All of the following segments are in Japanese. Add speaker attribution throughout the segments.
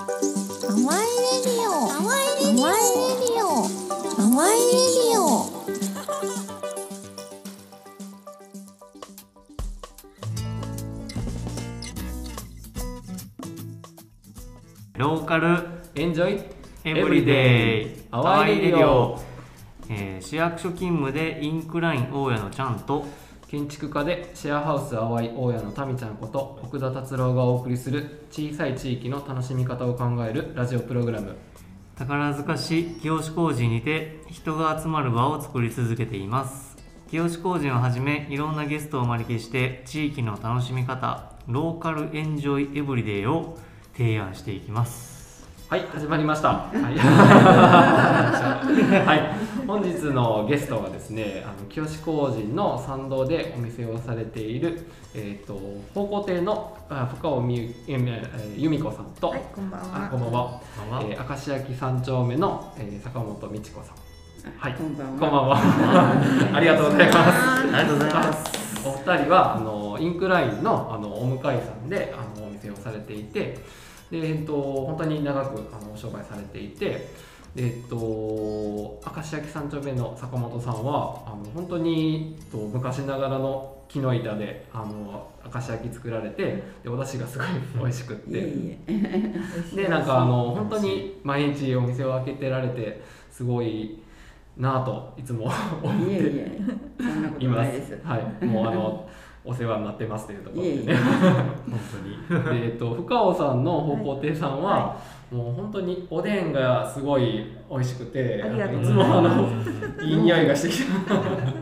Speaker 1: 甘いレディオ甘いレディオ甘いレディオ
Speaker 2: ローカル
Speaker 3: エンジョイ
Speaker 2: エブリデイ
Speaker 3: ハワイレディオ、
Speaker 2: えー市役所勤務でインクライン大家のちゃんと
Speaker 3: 建築家でシェアハウス淡い大家のタミちゃんこと奥田達郎がお送りする小さい地域の楽しみ方を考えるラジオプログラム
Speaker 2: 宝塚市清志工事にて人が集まる場を作り続けています清志工事をはじめいろんなゲストをお招きして地域の楽しみ方ローカルエンジョイエブリデイを提案していきます
Speaker 3: はい始まりましたはい、 はい、本日のゲストはですねあの清志工人の参道でお店をされている、えー、と方向亭のあ深尾美由えーえー由美子さんと、
Speaker 1: はい、こんばん
Speaker 3: あ
Speaker 1: は
Speaker 3: こんばんは
Speaker 2: こんばんは
Speaker 3: えー、明石焼き三丁目の、えー、坂本美智子さん。はい、
Speaker 4: こんばんは
Speaker 3: こんばん は。ありがとうございます。
Speaker 2: ありがとうございます
Speaker 3: お二人はあのインクラインのあのお向かいさんであのお店をされていて、でえっと本当に長くあの商売されていて。でえっと、明石焼き三丁目の坂本さんはあの本当に、えっと、昔ながらの木の板であの明石焼き作られてでお出汁がすごい美味しくっ
Speaker 4: い
Speaker 3: て
Speaker 4: えいえ
Speaker 3: でなんかあの本当に毎日お店を開けてられてすごいなぁといつも思っ
Speaker 4: いえい
Speaker 3: て
Speaker 4: えそんなこと
Speaker 3: い
Speaker 4: な
Speaker 3: ま
Speaker 4: い
Speaker 3: す
Speaker 4: です。
Speaker 3: はい、もうあ のお世話になってますというところでね
Speaker 4: いえいえ。
Speaker 2: 本当に
Speaker 3: でえっと深尾さんの方向亭さんは、
Speaker 1: は
Speaker 3: もう本当におでんがすごい美味しくて
Speaker 1: ありがとう
Speaker 3: い
Speaker 1: ご
Speaker 3: つ
Speaker 1: ざいます
Speaker 3: もあのいい匂いがしてきた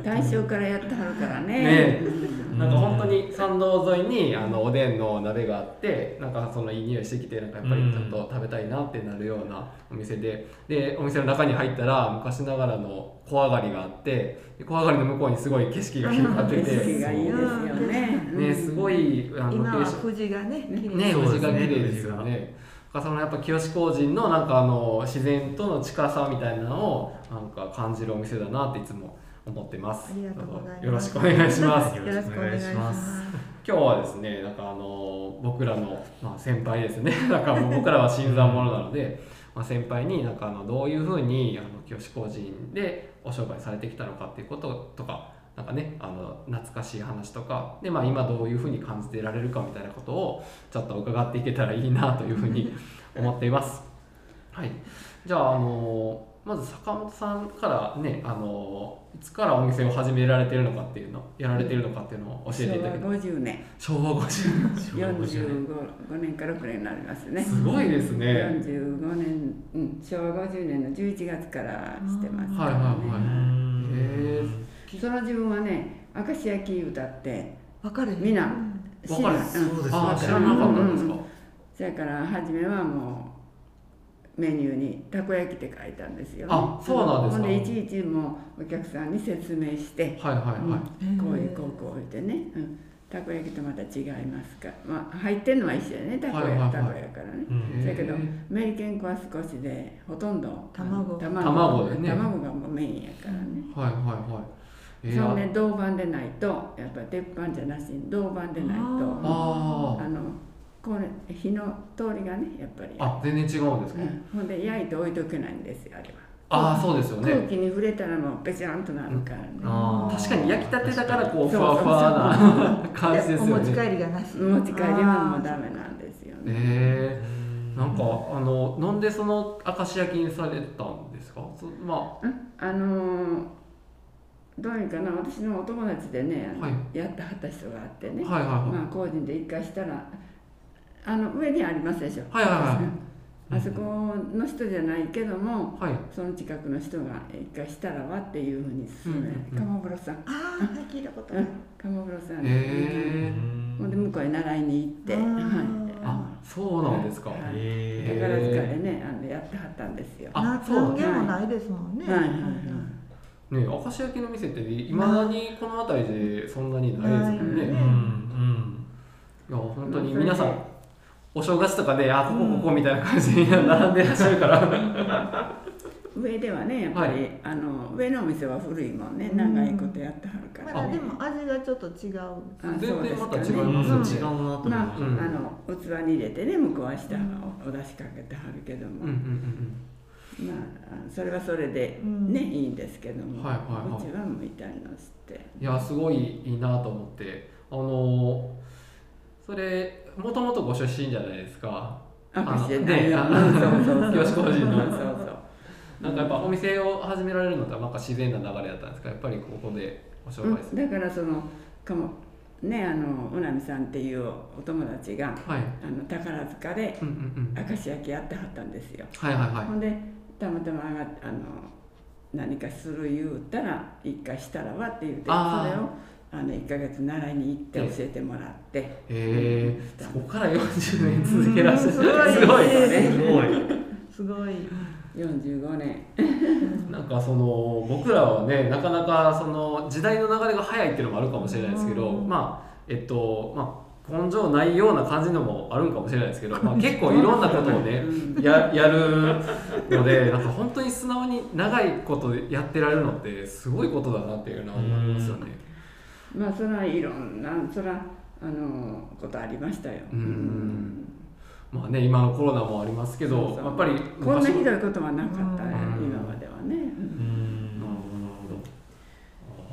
Speaker 4: 大正からやってはるからね。
Speaker 3: ね
Speaker 4: うん
Speaker 3: なんか本当に参道沿いにあのおでんの鍋があってなんかそのいい匂いしてきてなんかやっぱりちょっと食べたいなってなるようなお店ででお店の中に入ったら昔ながらの小上がりがあってで小上がりの向こうにすごい景色が広がって
Speaker 4: 景
Speaker 3: て
Speaker 4: 色がいいですよね。
Speaker 3: ねすご
Speaker 4: い。
Speaker 3: いあの
Speaker 1: 今
Speaker 3: ロケ
Speaker 1: は
Speaker 3: ーション
Speaker 1: 富士がね、綺麗
Speaker 3: ね、
Speaker 2: そうですね
Speaker 3: 藤が綺麗ですよね。なんかそのやっぱ清志工人のなんかあの自然との近さみたいなのをなんか感じるお店だなっていつも思ってます。
Speaker 1: ありがとうございます
Speaker 3: どうぞよろしくお願いします。
Speaker 1: よろしくお願いします。
Speaker 3: 今日はですねなんかあの僕らの、まあ、先輩ですね なんかもう僕らは新参者なので、まあ、先輩になんかあのどういうふうにあの教師工人でお商売されてきたのかっていうこととかなんかねあの懐かしい話とかで、まあ、今どういうふうに感じてられるかみたいなことをちょっと伺っていけたらいいなというふうに思っています。はい、じゃあ、あのまず坂本さんからね、あのいつからお店を始められてるのかっていうのやられてるのかっていうのを教えていただけます
Speaker 4: 昭和50年、
Speaker 3: 昭和50年
Speaker 4: 45年からくらいになりますね。
Speaker 3: すごいですね
Speaker 4: 45年、うん、昭和50年の11月からしてますか
Speaker 3: はい
Speaker 4: ら
Speaker 3: は
Speaker 4: ね。
Speaker 3: いはいへ
Speaker 4: その自分はね、明石焼き歌って、
Speaker 1: わかる
Speaker 4: みんな
Speaker 2: えわかるそうです
Speaker 3: え
Speaker 2: よ
Speaker 3: あ
Speaker 2: ね
Speaker 3: あ知らなかったんですか
Speaker 4: それから初めはもうメニューにたこ焼きって書いたんですよ、
Speaker 3: あそうなんですか
Speaker 4: ほんでいちいちもうお客さんに説明して、
Speaker 3: はいはいはい
Speaker 4: うんこういうこうこう言ってね、うん、たこ焼きとまた違いますか、まあ、入ってんのは一緒やねたこ焼
Speaker 3: はい
Speaker 4: き、
Speaker 3: はいはい
Speaker 4: たこ焼きからね
Speaker 2: うん
Speaker 4: そやけど
Speaker 3: へえ
Speaker 4: メリケン粉は少しでほとんど
Speaker 1: 卵
Speaker 4: あの
Speaker 3: 卵でね
Speaker 4: 卵がもうメインやからね、
Speaker 3: はいはいはいへえ
Speaker 4: そんで銅板でないとやっぱり鉄板じゃなしに銅板でないと
Speaker 3: あ
Speaker 4: あのこれ火の通りがねやっぱり
Speaker 3: ああ全然違うんですか
Speaker 4: うんほんで焼いて置いとけないんですよあれは、
Speaker 3: ああそうですよ
Speaker 4: 空
Speaker 3: ね
Speaker 4: 気に触れたらもうベチャンとなるからね、
Speaker 2: あー
Speaker 3: 確かに焼きたてだからこうふ
Speaker 4: そうそう
Speaker 3: わふわな感じです
Speaker 1: お
Speaker 3: よ
Speaker 1: 持ち
Speaker 3: ねへ
Speaker 1: 帰りがなし。
Speaker 4: 持ち帰りはもうダメなんですよね
Speaker 3: えなんかあのなんでその明石焼きにされたんですかそま
Speaker 4: うんあのーどういうかな私のお友達でね、あの
Speaker 3: は
Speaker 4: やってはった人があって
Speaker 3: あ
Speaker 4: ね、
Speaker 3: はいはいはい
Speaker 4: まあ工人で一回したらあの上にありますでしょ
Speaker 3: はいはい
Speaker 4: うんあそこの人じゃないけども
Speaker 3: はい
Speaker 4: その近くの人が一回したらはっていうふうに勧められて
Speaker 3: うんうん
Speaker 4: 鴨風呂さん、
Speaker 1: ああ、聞いたこと
Speaker 4: う
Speaker 1: あ
Speaker 4: ん
Speaker 1: る。、
Speaker 4: 鴨風呂さ
Speaker 3: へ
Speaker 4: ん
Speaker 3: え
Speaker 4: ほんで向こうへ習いに行って、
Speaker 1: あー
Speaker 4: はい、
Speaker 3: あそうなんですか
Speaker 4: はい
Speaker 3: へ
Speaker 2: え
Speaker 4: 宝塚でねあのやってはったんですよ。
Speaker 3: あ
Speaker 1: な
Speaker 3: そう
Speaker 1: 何件もないですもんね。
Speaker 4: はいはいはい
Speaker 3: ねえ明石焼きの店っていまだにこの辺りでそんなにないですもんね。
Speaker 1: な
Speaker 3: い
Speaker 1: いよ
Speaker 2: うん
Speaker 1: ね
Speaker 2: うん
Speaker 3: や本当に
Speaker 4: うん
Speaker 3: 皆さ
Speaker 4: それ
Speaker 3: ん
Speaker 4: で
Speaker 3: お正月とかであここ
Speaker 1: うん
Speaker 3: ここみたいな感じに並んでらっしゃるから。
Speaker 4: 上ではねやっぱり、
Speaker 3: はい
Speaker 4: あの上のお店は古いもんね長いことやってはるか
Speaker 1: ま
Speaker 4: ら
Speaker 1: だ
Speaker 4: ね、
Speaker 1: でも味がちょっと違う。
Speaker 4: あ
Speaker 3: 全
Speaker 4: そうで
Speaker 3: 然
Speaker 4: す
Speaker 3: ま
Speaker 4: か
Speaker 3: た
Speaker 4: ね
Speaker 3: 違い
Speaker 2: うん
Speaker 3: ま
Speaker 2: 違
Speaker 3: す
Speaker 2: う
Speaker 3: よ
Speaker 2: な
Speaker 3: ね。
Speaker 2: と思い
Speaker 4: まあ、
Speaker 2: ま
Speaker 4: あ
Speaker 2: し
Speaker 3: うん
Speaker 4: の器に入れてね向こうは下はおお出しかけてはるけども、
Speaker 3: うんうん
Speaker 4: まああそれはそれでね、
Speaker 1: うん
Speaker 4: いいんですけども、
Speaker 3: はいはいはいう
Speaker 4: ちは向いたいのして
Speaker 3: うん。いやすごいいいなと思って、あのそれもともとご出身じゃないですか。
Speaker 4: あ
Speaker 3: あ
Speaker 4: かしれない
Speaker 3: ね
Speaker 4: よ、
Speaker 3: あ
Speaker 4: うんそうそうそう
Speaker 3: よし個人の
Speaker 4: うんそうそう
Speaker 3: なんかやっぱお店を始められるのってなんか自然な流れだったんですか。やっぱりここでお商
Speaker 4: う
Speaker 3: 売す
Speaker 4: ん、だからそのかもねあのうなみさんっていうお友達が
Speaker 3: る。はい。
Speaker 4: あの宝塚で
Speaker 3: うんうんうん。
Speaker 4: 明石焼きやってはったんですよ、
Speaker 3: はいはいはい。
Speaker 4: ほんでたまたま上がっあの何かする言うたら一回したらはって言ってそれを
Speaker 3: あー
Speaker 4: あの1ヶ月習いに行って教えてもらって、
Speaker 3: へえ。そこから40年続けらっしゃる。すごい。
Speaker 2: た。すごい。
Speaker 1: すごい。
Speaker 4: 45年
Speaker 3: なんかその僕らはねなかなかその時代の流れが早いっていうのもあるかもしれないですけど、
Speaker 1: うん
Speaker 3: まあえっとまあ根性ないような感じのもあるんかもしれないですけど、まあ、結構いろんなことをねややるのでなんか本当に素直に長いことやってられるのってすごいことだなっていうのは思いますよね。
Speaker 4: まあそれはいろんなそらあのことありましたよ、
Speaker 3: うんまあね今のコロナもありますけど
Speaker 4: そうそう
Speaker 3: やっぱり
Speaker 4: こんな
Speaker 3: 昔
Speaker 4: ひどいことはなかった、ね
Speaker 3: うん
Speaker 4: 今までは
Speaker 3: な
Speaker 4: ね、
Speaker 3: るほどなるほど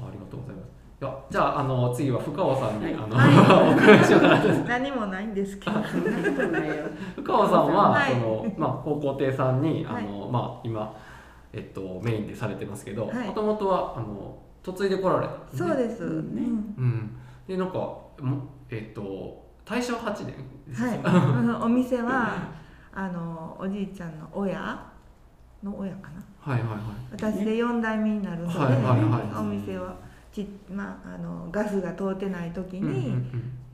Speaker 3: あーありがとうございますいやじゃああの次は深尾さんに、あの、お伺いしようかなと
Speaker 1: 何もないんですけど。
Speaker 4: そんなことないよ
Speaker 3: 深尾さんは、
Speaker 1: はい
Speaker 3: そのまあ、方向亭さんにあ
Speaker 1: はい
Speaker 3: の、まあ、今、えっと、メインでされてますけども
Speaker 1: はい
Speaker 3: ともとはあの嫁いで来られたんですね
Speaker 1: そうです。
Speaker 4: うんね
Speaker 1: うん
Speaker 3: うん、でなんかもえっと大正8年です
Speaker 1: はい。あのお店はあのおじいちゃんの親の親かな。
Speaker 3: はいはいはい
Speaker 1: 私で4代目になるので、
Speaker 3: はいはいはい
Speaker 1: お店はちまああのガスが通ってない時
Speaker 3: うんうんう
Speaker 1: に
Speaker 3: ん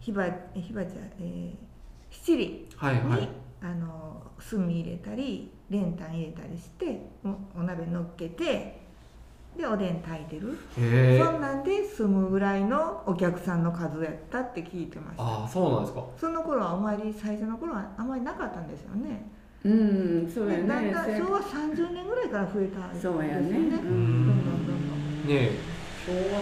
Speaker 1: ひばひばじゃえー七里に、
Speaker 3: はいはい
Speaker 1: あの炭入れたり練炭入れたりしておお鍋乗っけてでおでん炊いてる、
Speaker 3: へえ
Speaker 1: そんなんで住むぐらいのお客さんの数やったって聞いてました
Speaker 3: ああそうなんですか
Speaker 1: その頃はあまり最初の頃はあまりなかったんですよね
Speaker 4: うんそうや
Speaker 1: でだん
Speaker 4: ね
Speaker 1: だん昭和30年ぐらいから増えたんですよ
Speaker 4: そうやねう
Speaker 1: どんどんどんどん
Speaker 3: ねえ昭和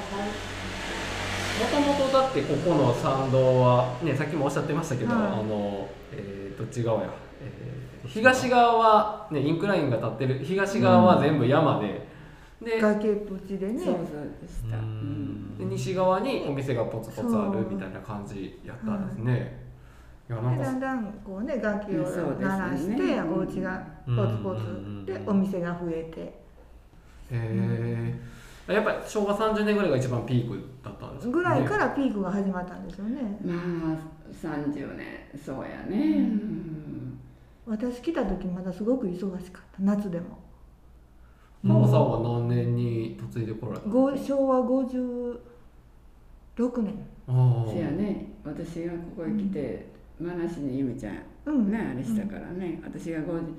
Speaker 3: さんもともとだってここの参道はねさっきもおっしゃってましたけど、
Speaker 1: は
Speaker 3: あ
Speaker 1: い
Speaker 3: のえー、どっち側や、えー東側は、ね、インクラインが立ってる東側は全部山で、で
Speaker 1: 崖っぷちでね
Speaker 4: そうそうでした、
Speaker 2: う
Speaker 4: うんん
Speaker 3: で西側にお店がポツポツあるみたいな感じやったんですね。いやなん
Speaker 1: で
Speaker 3: か
Speaker 1: だんだんこうね崖を鳴らして、
Speaker 4: そうですね
Speaker 1: お家がポツポ
Speaker 2: うん
Speaker 1: ツでお店が増えて
Speaker 3: へえやっぱり昭和30年ぐらいが一番ピークだったんです
Speaker 1: ぐらい
Speaker 3: ね
Speaker 1: からピークが始まったんですよね
Speaker 4: まあ30年そうやね、うん
Speaker 1: 私来た時まだすごく忙しかった夏でも
Speaker 3: 真央さんは何年に嫁いでこられたの
Speaker 1: ご昭和56年
Speaker 3: あー
Speaker 4: せやね私がここへ来て、まなしにゆみちゃん
Speaker 1: うん
Speaker 4: ねあれしたからね、私が5時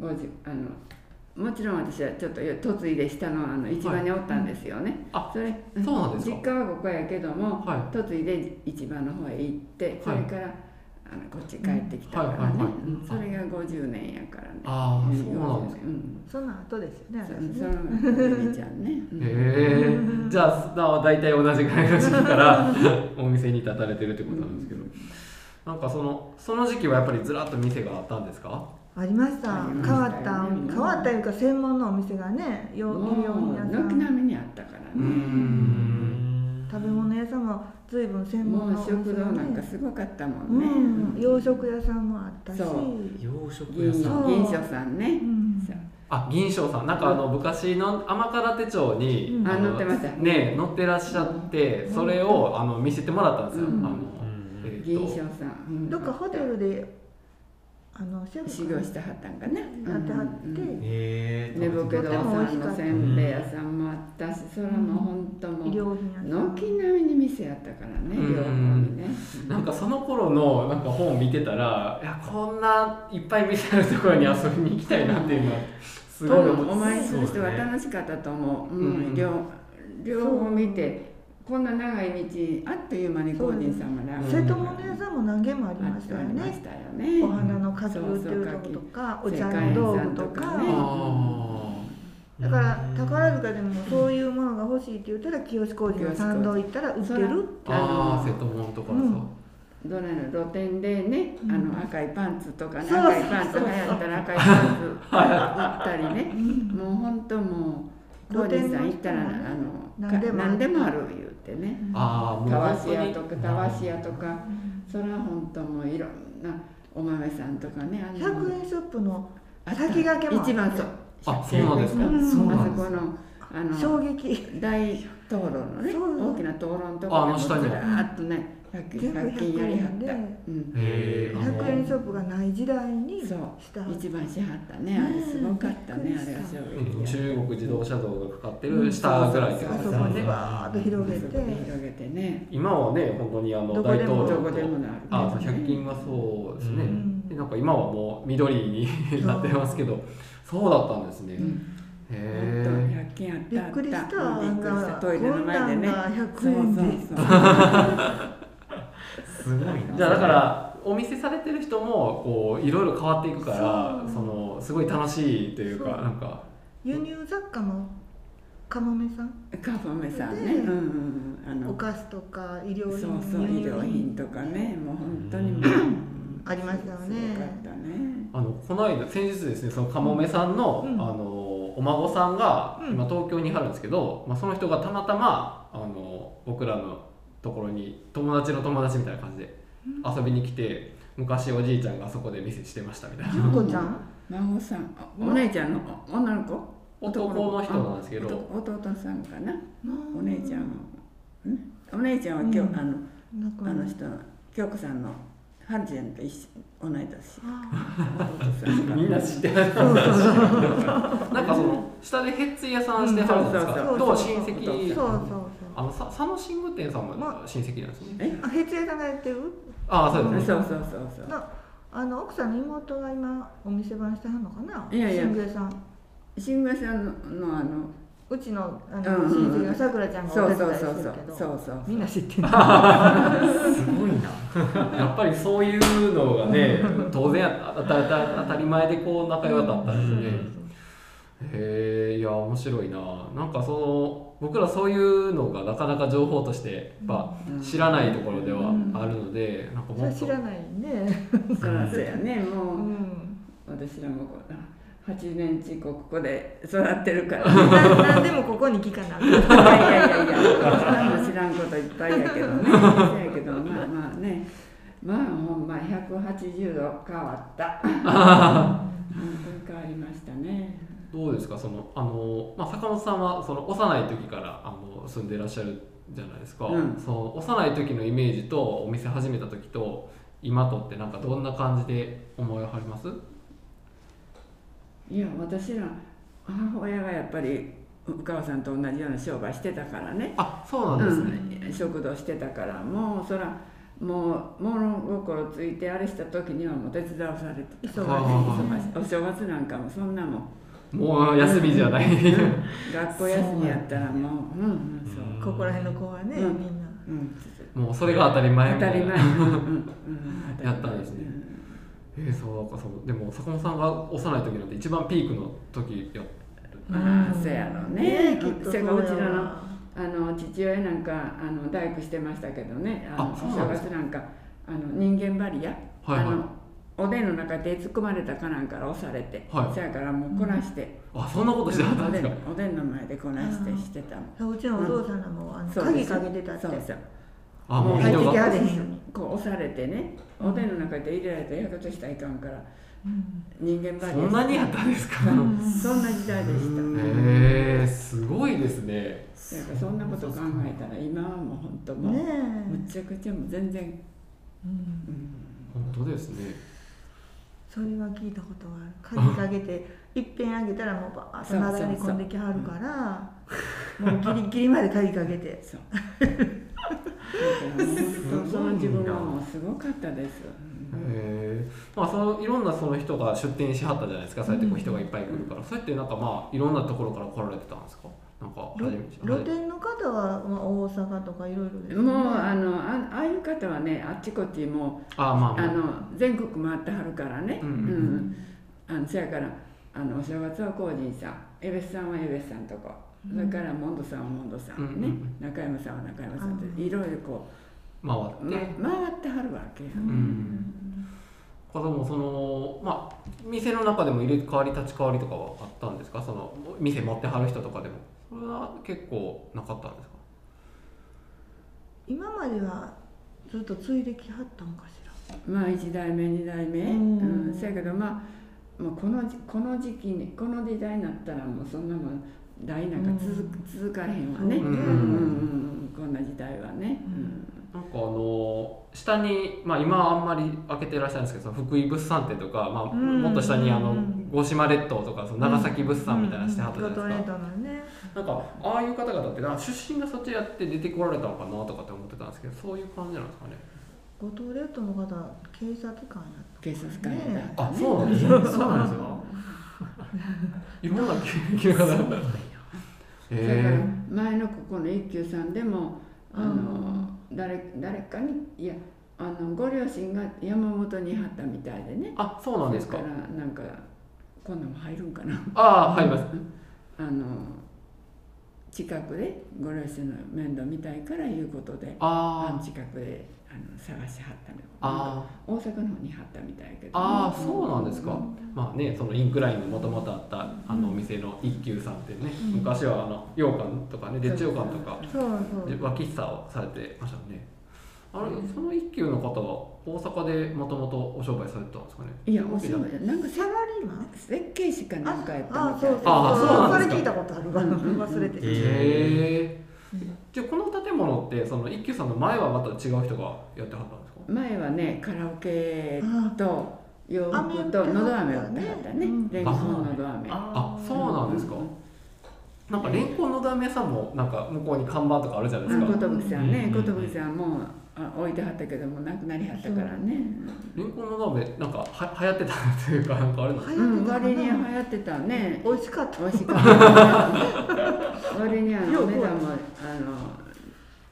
Speaker 4: 5時あのもちろん私はちょっと嫁いで下のあの市場におったんですよね、
Speaker 3: あ
Speaker 4: それ
Speaker 3: そうなんですか
Speaker 4: 実家はここやけども
Speaker 3: はい
Speaker 4: 嫁いで市場の方へ行ってそれから、あのこっち帰ってきたからね、
Speaker 3: はいはいはい
Speaker 4: うんそれが50年やからね
Speaker 3: ああ、
Speaker 4: うん
Speaker 3: そうなんですか。
Speaker 4: うん
Speaker 1: その後ですよね
Speaker 4: そう
Speaker 1: 私
Speaker 4: そ
Speaker 1: ね
Speaker 4: のゆみちゃんね、うん
Speaker 3: へえ。じゃあ、だ大体同じぐらいの時期から お店に立たれてるってことなんですけど、なんかそのその時期はやっぱりずらっと店があったんですか？
Speaker 1: ありました
Speaker 4: あり
Speaker 1: 変
Speaker 4: ました
Speaker 1: わ
Speaker 4: よね
Speaker 1: った変わったいうか専門のお店がねよ
Speaker 4: も
Speaker 1: 衣料品屋
Speaker 4: う
Speaker 1: さ
Speaker 4: 軒
Speaker 1: ん
Speaker 4: 並みにあったからね、
Speaker 2: うん
Speaker 1: 食べ物屋さんも随分専門
Speaker 4: も
Speaker 1: の
Speaker 4: う
Speaker 1: お店がね
Speaker 4: 食堂なんかすごかったもんね、
Speaker 1: うん、
Speaker 4: う
Speaker 1: 洋食屋さんもあったし、
Speaker 4: そう
Speaker 2: 洋食
Speaker 4: 銀
Speaker 2: 屋さん。
Speaker 1: そう
Speaker 4: 銀所さんね
Speaker 1: うん
Speaker 4: そう
Speaker 3: あ、銀賞さん、なんかあの昔の甘辛手帳に、
Speaker 1: うん
Speaker 4: あ載ってました
Speaker 3: ね、載ってらっしゃって、それをあの見せてもらったんですよ。
Speaker 4: うん
Speaker 3: あの、
Speaker 2: うん
Speaker 3: え
Speaker 4: 銀
Speaker 3: ー
Speaker 4: 賞
Speaker 3: と、
Speaker 4: さん、うん
Speaker 1: どっかホテルであのシェフ
Speaker 4: 修行してはったんかな
Speaker 1: やってはって、
Speaker 4: うん
Speaker 2: ええ。
Speaker 4: 寝ぼけ堂さんのせんべい屋さんもあったしそれも本当も
Speaker 1: 衣
Speaker 4: う
Speaker 1: 料品屋さん
Speaker 4: 軒並みに店あったからね
Speaker 3: うん
Speaker 4: 両方にね
Speaker 3: なんかその頃のなんか本見てたら、いやこんないっぱい店あるところに遊びに行きたいなっていうのはす
Speaker 4: 多
Speaker 3: ごい
Speaker 4: 分
Speaker 3: 思
Speaker 4: お
Speaker 3: って。
Speaker 4: 参りする人は
Speaker 2: そうね
Speaker 4: 楽しかったと思うう
Speaker 3: うん
Speaker 4: ん両両方見てこんな長い道あっという間に五人様だ
Speaker 3: そう
Speaker 1: 瀬戸物屋さんも何軒もあり
Speaker 4: あ
Speaker 1: ま
Speaker 4: っ
Speaker 1: したた
Speaker 4: あ
Speaker 1: よ
Speaker 4: りまし
Speaker 1: ね、
Speaker 4: たよね
Speaker 1: お花の花球っていうとことかお茶の道
Speaker 4: そうそう花屋
Speaker 1: 具とか
Speaker 4: さんとかね
Speaker 3: ああ。
Speaker 1: だから宝塚でもそういうものが欲しいって言ったら清志工事の参道行ったら売ってるって
Speaker 3: ああ瀬戸物とかさ、
Speaker 1: うん
Speaker 4: どないの露店でね、
Speaker 1: うん
Speaker 4: あの赤いパンツとかね
Speaker 1: そう
Speaker 4: 赤いパンツ
Speaker 1: そうそう
Speaker 4: 流行ったら赤いパンツ売ったりね もう本当もう
Speaker 1: 露
Speaker 4: 高
Speaker 1: 店
Speaker 4: 知
Speaker 1: の
Speaker 4: さん行ったら
Speaker 1: 人もね
Speaker 4: あの
Speaker 1: 何でもある
Speaker 4: 何でもある言うてね
Speaker 3: ああもう
Speaker 4: たわ
Speaker 3: 本
Speaker 4: し
Speaker 3: 当
Speaker 4: 屋
Speaker 3: に
Speaker 4: とかたわし屋とかそれは本当もういろんなお豆さんとかねあんなの
Speaker 1: 100円ショップの
Speaker 4: あった
Speaker 1: 先駆けもあった
Speaker 4: 一番そう
Speaker 3: あそうなんですか、
Speaker 1: うん
Speaker 3: そう
Speaker 4: あ
Speaker 3: な
Speaker 4: そ
Speaker 3: んです
Speaker 4: このあの
Speaker 1: 衝撃
Speaker 4: 大灯籠のね
Speaker 1: そう
Speaker 4: 大きな灯籠のと
Speaker 3: ああ
Speaker 4: こ
Speaker 3: の下に
Speaker 4: ずらーっとね百
Speaker 1: 全部
Speaker 4: 百均や
Speaker 1: 100
Speaker 4: りはっ
Speaker 1: 円で
Speaker 4: た、うん、
Speaker 3: へえ
Speaker 1: 100円ショップがない時代に
Speaker 4: そう
Speaker 1: した
Speaker 4: 一番しはったねあれすごかった
Speaker 1: う
Speaker 4: ね
Speaker 1: ん
Speaker 4: あれが衝
Speaker 3: うん
Speaker 4: 撃
Speaker 3: 中国自動車道がかかってる下ぐらいって
Speaker 1: あ
Speaker 3: こと
Speaker 1: そ
Speaker 3: です
Speaker 1: こ
Speaker 3: よ
Speaker 1: に
Speaker 3: ね
Speaker 1: バーッと広げ
Speaker 4: そこで
Speaker 1: て
Speaker 4: 広げてね
Speaker 3: 今はね本当にあ
Speaker 1: ど
Speaker 3: の
Speaker 1: こ
Speaker 3: 大
Speaker 1: でも
Speaker 3: 統
Speaker 4: ど
Speaker 3: 領
Speaker 4: ことでもなる
Speaker 3: あそう100均はそうですね、
Speaker 1: うん
Speaker 3: でなんか今はもう緑に
Speaker 1: そう
Speaker 3: なってますけどそうだったんですね、
Speaker 4: うん本当
Speaker 3: へ
Speaker 4: 100均あった
Speaker 1: びっ
Speaker 4: あた
Speaker 1: くりしたあ
Speaker 4: びっ
Speaker 1: ん
Speaker 4: く
Speaker 1: な
Speaker 4: りしたトイレの前でね
Speaker 1: こんなん
Speaker 4: そう
Speaker 1: が100円で
Speaker 4: そうそう
Speaker 2: すごいな
Speaker 3: えじゃあだからお店されてる人もこういろいろ変わっていくから
Speaker 1: そ
Speaker 3: そうのすごい楽しいというか
Speaker 1: そう
Speaker 3: なんか
Speaker 1: 輸入雑貨のかもめさん
Speaker 4: カファメさんね
Speaker 1: で
Speaker 4: うんうんうんあ
Speaker 1: お
Speaker 4: の
Speaker 1: 菓子とか医
Speaker 4: そう
Speaker 1: 療
Speaker 4: そ
Speaker 1: 品
Speaker 4: う
Speaker 1: 輸
Speaker 4: 医
Speaker 1: 入
Speaker 4: 療
Speaker 1: 品
Speaker 4: 品とかねもう本当にもう
Speaker 1: ありましたよね
Speaker 4: すごかったね
Speaker 3: あのこの間先日ですねそのかもめさんの,、
Speaker 1: うん
Speaker 3: あのお孫さんが
Speaker 1: うん
Speaker 3: 今東京にあるんですけど、まあ、その人がたまたまあの僕らのところに友達の友達みたいな感じで遊びに来て昔おじいちゃんがあそこで店してましたみたいな
Speaker 1: 純子ちゃん
Speaker 4: 孫さんあお姉ちゃんの女の子
Speaker 3: 男の人なんですけど
Speaker 4: あ弟弟さんかなお姉ちゃんんお姉ちゃんは今日、
Speaker 1: うん
Speaker 4: あの
Speaker 1: なんか
Speaker 4: あの人の京子さんのはるちゃんと一緒同 い年
Speaker 1: あ
Speaker 3: み んな知ってる
Speaker 1: ーそうそうそう
Speaker 3: なんかその下でヘッツ屋さんしてはるんですか、
Speaker 1: うんそう
Speaker 3: と
Speaker 1: そうそう
Speaker 3: 親
Speaker 1: そう
Speaker 3: 戚
Speaker 1: そう
Speaker 3: あのさ佐野慎吾店さんも
Speaker 1: ま
Speaker 3: 親戚なんですね、
Speaker 4: え
Speaker 1: そう。平屋さんがやってる？
Speaker 3: ああそう
Speaker 4: そう
Speaker 3: ですね、
Speaker 4: そうそうそう
Speaker 1: なあの奥さんの妹が今お店番してはんのかな？
Speaker 4: いやいや
Speaker 1: 新宮さん。
Speaker 4: 新宮さんののあの
Speaker 1: うちのあ
Speaker 4: うん
Speaker 1: の
Speaker 4: うんうん
Speaker 1: 親戚のさくらちゃんが
Speaker 4: そ
Speaker 1: お
Speaker 4: う
Speaker 1: 手
Speaker 4: そ
Speaker 1: 伝
Speaker 4: う
Speaker 1: いし
Speaker 4: そう
Speaker 1: て
Speaker 4: そ
Speaker 1: る
Speaker 4: う
Speaker 1: け
Speaker 4: そ
Speaker 1: ど、
Speaker 4: うそう
Speaker 1: みんな知ってる。
Speaker 2: すごいな
Speaker 3: やっぱりそういうのがね当然あたたた当たり前でこう仲良かったんですね、へえいや面白いななんかその僕らそういうのがなかなか情報としてやっぱ
Speaker 4: うん
Speaker 3: 知らないところではあるので、なんか
Speaker 1: それ
Speaker 3: もっと
Speaker 1: は知らないね。
Speaker 4: そらそうやね
Speaker 1: う。
Speaker 4: もうん私らもこうあ8年近くここで育ってる から
Speaker 1: ななんでもここに聞かなあかん。
Speaker 4: いやいやいやいや知らんこといっぱいやけどねそやけどまあまあねまあほんま180度変わった本当に変わりましたね
Speaker 3: どうですかそのあの、まあ、坂本さんはその幼い時からあの住んでいらっしゃるじゃないですか、
Speaker 4: うん
Speaker 3: その幼い時のイメージとお店始めた時と今とってなんかどんな感じで思いはります
Speaker 4: いや私ら母親がやっぱりお母さんと同じような商売してたからね
Speaker 3: あそうなんですね、
Speaker 4: うん、食堂してたからもうそらもう物心ついてあれした時にはもう手伝わされてた
Speaker 1: 忙しい
Speaker 4: 忙しいお正月なんかもそんなもん
Speaker 3: もう休みじゃない、
Speaker 4: 学校休みやったらもううんうんそう
Speaker 1: ここら辺の子はね、み
Speaker 4: うん
Speaker 1: んな。
Speaker 4: うん
Speaker 3: もうそれが当たり前
Speaker 4: 当
Speaker 3: みた
Speaker 4: た
Speaker 3: い
Speaker 4: り
Speaker 3: な
Speaker 4: 前うんうんうん
Speaker 3: やったんですねえーそうなんかそのでも坂本さんが幼い時なんて一番ピークの時や
Speaker 4: ああそうやろうね
Speaker 1: ねきっと
Speaker 4: それが
Speaker 1: そうう
Speaker 4: ち
Speaker 1: や
Speaker 4: らの
Speaker 1: わ
Speaker 4: あの父親なんかあの大工してましたけどねあの
Speaker 3: あそう
Speaker 4: お
Speaker 3: な
Speaker 4: 正
Speaker 3: んです
Speaker 4: 月なんかあの人間バリア、
Speaker 3: はいはい
Speaker 4: あのおでんの中で突っ込まれたかなんから押されて、
Speaker 3: はい
Speaker 4: そやからもうこなして、
Speaker 3: あそんなことしてはった
Speaker 4: お
Speaker 3: んで
Speaker 4: ですん
Speaker 3: か、
Speaker 4: おでんの前でこなしてしてたもん
Speaker 1: うちのお父さんらもあの
Speaker 4: そうで
Speaker 1: 鍵
Speaker 4: す
Speaker 1: かけてたって
Speaker 4: そうそう
Speaker 3: あもう
Speaker 1: 入
Speaker 3: 人
Speaker 1: ってき
Speaker 3: が
Speaker 1: はれへんのに。
Speaker 4: こう押されてねおでんの中で入れられたらやけどしたらいかんから
Speaker 1: うん
Speaker 4: 人間バリア
Speaker 3: そんなにやったんですか、へ
Speaker 4: うんそんな時代でした
Speaker 3: えすごいですね
Speaker 4: だからそんなこと考えたら今はもう本当もう、
Speaker 1: ね
Speaker 4: むちゃくちゃもう全然
Speaker 1: え。うん
Speaker 3: 本当ですね
Speaker 1: それは聞いたことはある鍵かけていっぺんあげたらもうバーッとなだれ込んできはるからもうギリギリまで鍵かけ て
Speaker 4: そう。だからもう本当その自分はもうすごかったです。
Speaker 3: へえまあそのいろんなその人が出店しはったじゃないですかそうやってこう人がいっぱい来るから、そうやってなんかまあいろんなところから来られてたんですかなんか初
Speaker 1: ろ
Speaker 3: めて
Speaker 1: 露店の方はまあ大阪とかいろいろですね
Speaker 4: もうあのあああいう方はねあっちこっちもう
Speaker 3: あまあ
Speaker 4: あ
Speaker 3: まあ
Speaker 4: の全国回ってはるからね。
Speaker 3: うん
Speaker 4: あのせやからあのお正月は工人さん江別さんは江別さんとこ、それからモンドさんはモンドさん、
Speaker 3: うん
Speaker 4: ね中山さんは中山さん
Speaker 1: あ
Speaker 4: と
Speaker 1: ー
Speaker 4: いろいろこ
Speaker 3: 回
Speaker 4: う、
Speaker 3: って、
Speaker 4: ま、回ってはるわけや、
Speaker 1: うん
Speaker 3: 子供そのまあ店の中でも入れ替わり立ち替わりとかはあったんですかその店持ってはる人とかでもそれは結構なかったんですか
Speaker 1: 今まではずっとついできはったんかしら
Speaker 4: まあ1代目2代目、う
Speaker 1: うん
Speaker 4: んせやけどまあもうこのじこの時期にこの時代になったらもうそんなもん代なんか続,、
Speaker 1: う
Speaker 4: 続かへんわね、
Speaker 1: そう
Speaker 3: ね
Speaker 4: うんうんうんうん、こんな時代はね、
Speaker 1: うん
Speaker 3: なんかあの下に、まあ、今はあんまり開けてらっしゃるんですけどその福井物産店とか、まあ、
Speaker 1: うん
Speaker 3: もっと下にあの
Speaker 1: うん
Speaker 3: 五島列島とかその長崎物産みたいなのしてはったじゃ
Speaker 1: 京
Speaker 3: ないです
Speaker 1: 都
Speaker 3: か、
Speaker 1: レートのね
Speaker 3: なんかああいう方々ってなんか出身がそっちやって出てこられたのかなとかって思ってたんですけどそういう感じなんですかね
Speaker 1: 五島レートの方警察官やった
Speaker 4: 警察官やった、
Speaker 1: ね
Speaker 3: あそうなんですね そうなんですよいろんな経験があった
Speaker 4: それから
Speaker 3: え
Speaker 4: 前のここの一休さんでもあの、
Speaker 1: うん
Speaker 4: 誰誰かにいやあのご両親が山本に張ったみたいでね
Speaker 3: ー、あそうなんですか
Speaker 4: それからなんかこんなんも入るんかな
Speaker 3: ああ入ります
Speaker 4: あの近くでご両親の面倒見たいからいうことであ
Speaker 3: あ
Speaker 4: の近くであの探しはったの
Speaker 3: あああ
Speaker 4: 大阪の方に張ったみたいやけどね、
Speaker 3: ああそうなんですか、
Speaker 4: うん
Speaker 3: まあねそのインクラインのもともとあったあのお店の一休さんってね、昔はあの羊羹とかねでっち羊羹とか
Speaker 1: そうそう
Speaker 3: 和喫茶をされてましたねあれその一休の方は大阪でもともとお商売されてたんですかね
Speaker 4: いやおしゃれなんか
Speaker 1: サラリーマン
Speaker 4: 設計士かなんかやった
Speaker 1: あ
Speaker 4: みた
Speaker 1: そ
Speaker 4: いうで
Speaker 1: そう
Speaker 3: あそうなんですか
Speaker 1: それ聞いたことあるわ忘れて
Speaker 2: へ
Speaker 1: た
Speaker 3: へえじゃあこの建物ってその一休さんの前はまた違う人がやってはったんですか
Speaker 4: 前はねカラオケ
Speaker 1: あ
Speaker 4: と洋服とのど飴を食べたね
Speaker 1: うん
Speaker 4: レンコンのど飴
Speaker 3: あそう
Speaker 1: う
Speaker 3: なんですかなんかレンコンのダメ屋さんもなんか向こうに看板とかあるじゃないですか
Speaker 4: 寿さん
Speaker 2: う
Speaker 4: ね
Speaker 2: んうんうん
Speaker 4: 寿さんもあ置いてはったけどもなくなりはったからね
Speaker 3: レンコンのダメなんかは流行ってたというかなんかあれなんですか
Speaker 1: 流
Speaker 4: うん割
Speaker 1: 行ってたか
Speaker 4: には
Speaker 1: な
Speaker 4: 流行ってたね
Speaker 1: 美味しかった
Speaker 4: 美味しかった ね割にあのお値段もあの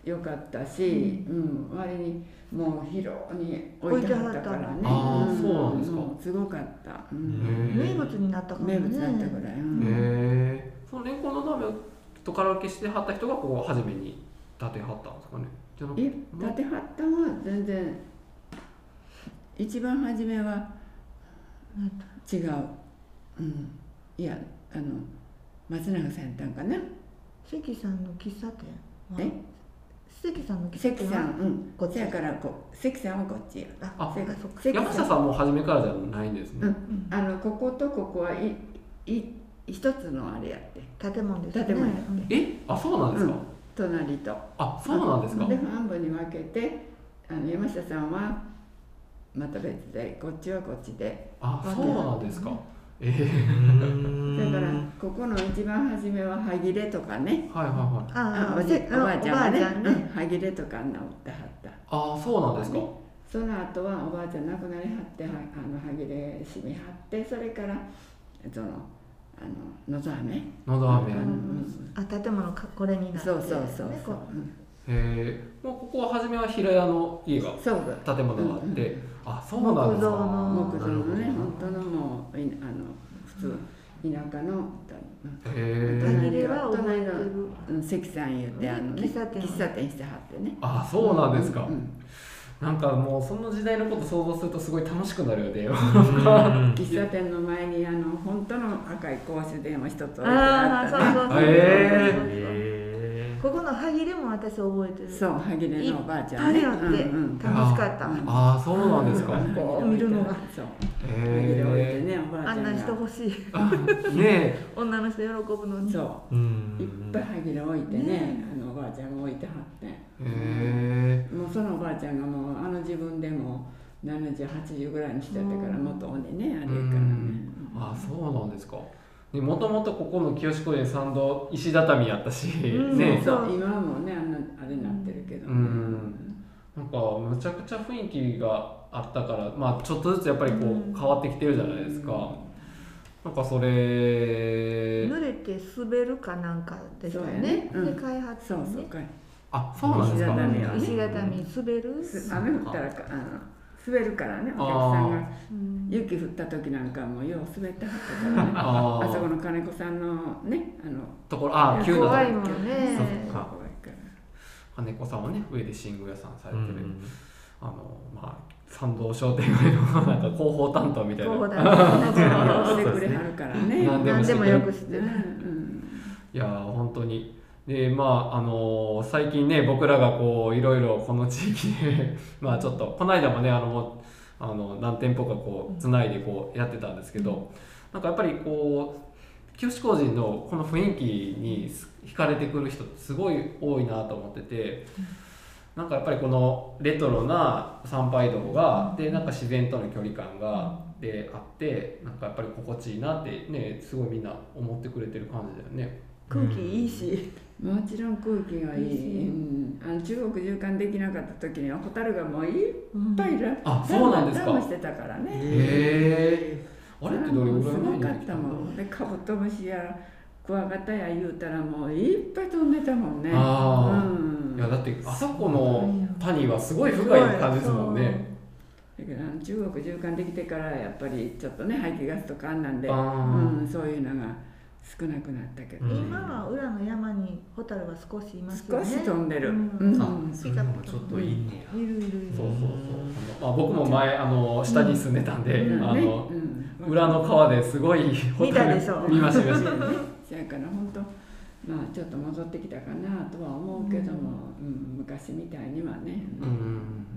Speaker 4: 良かったし、うん、割にもう広に置いてはったからね
Speaker 1: 置い
Speaker 3: はっ
Speaker 1: て
Speaker 3: たあーそうなんですか
Speaker 4: もうすごかった、う
Speaker 2: へ
Speaker 4: ん、
Speaker 2: ー
Speaker 1: 名物になったからね
Speaker 4: 名物だったぐらい、うん
Speaker 3: へえそのレンコンの鍋とカラオケしてはった人がここを初めに建てはったんですかねじゃなく
Speaker 4: え立てはったんは全然一番初めは
Speaker 1: なんだ
Speaker 4: 違う、うん、いやあの松永さんやったんかな
Speaker 1: 関さんの喫茶店は
Speaker 4: え
Speaker 1: 関さんの喫茶
Speaker 4: 関
Speaker 1: 店
Speaker 4: さ
Speaker 1: は
Speaker 4: んうん
Speaker 1: こっち
Speaker 4: せやからこう関さんはこっちや
Speaker 1: あ
Speaker 4: せ
Speaker 1: そうかそうか
Speaker 4: 関
Speaker 3: 山下さんも初めからじゃないんですね、
Speaker 4: うん
Speaker 1: うん
Speaker 4: あのこことここはいい一つのあれやって
Speaker 1: 建物ですね
Speaker 4: 建物やって
Speaker 1: うん
Speaker 3: えあそうなんですか、
Speaker 4: う隣と
Speaker 3: あそうなんですか、
Speaker 4: で半分に分けてあの山下さんはまた別でこっちはこっちで
Speaker 3: あそうなんですか、え
Speaker 2: う
Speaker 4: だ
Speaker 2: ーん
Speaker 4: からここの一番初めは歯切れとかね
Speaker 3: はいはいはい
Speaker 1: あ
Speaker 4: あ
Speaker 1: あ
Speaker 4: おじおばあちゃんが
Speaker 1: おばあ
Speaker 4: ねうん歯切れとかあんなおってはった
Speaker 3: あそうなんですか、
Speaker 4: その後はおばあちゃん亡くなりはってはあの歯切れ締めはってそれからそのあののぞ飴
Speaker 3: のど飴、
Speaker 4: う
Speaker 3: へ
Speaker 4: ん
Speaker 1: あ建物かこれになって
Speaker 4: そうそうそう
Speaker 1: ね
Speaker 4: そ
Speaker 1: こ
Speaker 4: ううん
Speaker 3: えもうここは初めは平屋の家が
Speaker 4: そうそう
Speaker 3: 建物があって、あそうなんですか
Speaker 1: 木造の
Speaker 4: 木造のね
Speaker 2: なるほど
Speaker 4: 本当のもういあの普通田舎のうん
Speaker 3: へえ
Speaker 1: 歯切れは覚えてる
Speaker 4: うん関さん言ってあのね
Speaker 1: 喫茶店
Speaker 4: 喫茶店してはってね
Speaker 3: あそうなんですか、
Speaker 4: うん
Speaker 3: なんかもうその時代のこと想像するとすごい楽しくなるよね
Speaker 2: うん
Speaker 4: 喫茶店の前にあの本当の赤い公衆電話一つ置いてあ
Speaker 1: ああ
Speaker 4: っ
Speaker 1: そう
Speaker 4: たね
Speaker 1: そうそう
Speaker 3: へ
Speaker 2: へ
Speaker 1: ここの歯切れも私覚えてる
Speaker 4: そう歯切れのおばあちゃん
Speaker 1: あ
Speaker 4: ね
Speaker 1: れあって
Speaker 4: うん
Speaker 1: 楽
Speaker 4: うん
Speaker 1: しかった
Speaker 4: うん
Speaker 3: ああそうなんですか
Speaker 4: うん
Speaker 1: こう見るのが
Speaker 4: そう歯切れ置いて
Speaker 3: へ
Speaker 4: ねおばあちゃ
Speaker 1: あ
Speaker 4: ん
Speaker 1: ん
Speaker 4: が
Speaker 1: な人欲しい
Speaker 3: えね
Speaker 1: 女の人喜ぶのに
Speaker 4: そうういっ
Speaker 2: ん
Speaker 4: ぱい歯切れ置いてね
Speaker 1: ね
Speaker 4: あのおばあちゃんが置いてはって
Speaker 3: えへえ
Speaker 4: もうそのおばあちゃんがもうあの自分でも7080ぐらいにしちゃってから
Speaker 1: うん
Speaker 4: 元にねあれやからね
Speaker 3: うんあそうなんですかねもともとここの清志公園参道石畳やったし、
Speaker 1: うん
Speaker 3: ね
Speaker 4: そ
Speaker 1: そう
Speaker 4: う今はもうねあんなあれになってるけど
Speaker 3: うんなんかむちゃくちゃ雰囲気があったからまあちょっとずつやっぱりこう
Speaker 1: うん
Speaker 3: 変わってきてるじゃないですか、なんかそれ
Speaker 1: 濡れて滑るかなんかでしたよね
Speaker 4: そうやねうん
Speaker 1: で開発
Speaker 4: そうそう
Speaker 1: ね
Speaker 4: かい
Speaker 3: あそうなんですか
Speaker 4: 石畳やね
Speaker 1: 石畳滑る
Speaker 4: す雨降ったらかあの滑るからねお客さんが雪降った時なんかもよう滑ってはったからね
Speaker 3: あ
Speaker 4: あそこ
Speaker 3: ー
Speaker 4: の金子さんのねあの
Speaker 3: ところあー急なとこ
Speaker 1: 怖いもんね
Speaker 3: そっ
Speaker 4: 怖
Speaker 3: か
Speaker 4: いから
Speaker 3: 金子さんはね上で寝具屋さんされ
Speaker 2: う
Speaker 3: てる、
Speaker 2: ん
Speaker 3: あのまあ参道商店街のなんか広報担当みたいな
Speaker 1: そうだね
Speaker 4: 用意してくれはるから ね
Speaker 3: なん
Speaker 1: 何でもよくし
Speaker 4: うん
Speaker 1: て
Speaker 4: う
Speaker 1: る
Speaker 4: ん
Speaker 3: いやー本当にでまああのー最近ね僕らがこういろいろこの地域で まあちょっとこの間もねあのもうあの何店舗かこうつないでこうやってたんですけど、なんかやっぱりこう清志工人のこの雰囲気にす惹かれてくる人すごい多いなと思ってて。なんかやっぱりこのレトロな参拝道がでなんか自然との距離感がであってなんかやっぱり心地いいなってねすごいみんな思ってくれてる感じだよね。
Speaker 1: 空気いいし、
Speaker 4: もちろん空気がい
Speaker 1: いいし
Speaker 4: い、うん、あの中国縦貫できなかった時には蛍がもういっ
Speaker 1: うん
Speaker 4: ぱいいる
Speaker 3: あそうなんですか
Speaker 4: ラムしてたからね
Speaker 3: へえ。あれってどれぐらい前
Speaker 4: すご
Speaker 3: に
Speaker 4: か
Speaker 3: で
Speaker 4: っ
Speaker 3: き
Speaker 4: た
Speaker 3: た
Speaker 4: も
Speaker 3: の？
Speaker 4: んでカブトムシやクワガタや言うたらもういっぱい飛んでたもんね
Speaker 3: あー
Speaker 4: うん、
Speaker 3: いや
Speaker 4: だ
Speaker 3: だってあそこの谷はすごい深い感じですもんね。
Speaker 4: けどあの中国縦貫できてからやっぱりちょっとね排気ガスとかあんなんで、
Speaker 3: あ
Speaker 4: うん、そういうのが少なくなったけど、
Speaker 3: う
Speaker 1: そ
Speaker 3: ん
Speaker 1: う今は裏の山にホタルは少しいますよ
Speaker 4: 少
Speaker 1: ね
Speaker 4: し飛んでる、
Speaker 1: うん
Speaker 4: うん
Speaker 2: あそれでもちょっといいねや
Speaker 1: いるいるい
Speaker 3: ー
Speaker 1: る
Speaker 3: そうそうそう。あのまあ僕も前あの下に住んでたんで、
Speaker 4: うん
Speaker 3: あ
Speaker 4: ね
Speaker 3: の
Speaker 4: うん
Speaker 3: 裏の川ですごいホ
Speaker 1: 見
Speaker 3: タ
Speaker 1: た
Speaker 3: ル
Speaker 1: でしょ
Speaker 3: 見ました見ま
Speaker 4: そ
Speaker 3: し
Speaker 4: う
Speaker 3: た。
Speaker 4: やねそやから本当まあちょっと戻ってきたかなとは思うけども、うん昔みたいにはね、
Speaker 3: うんうんうん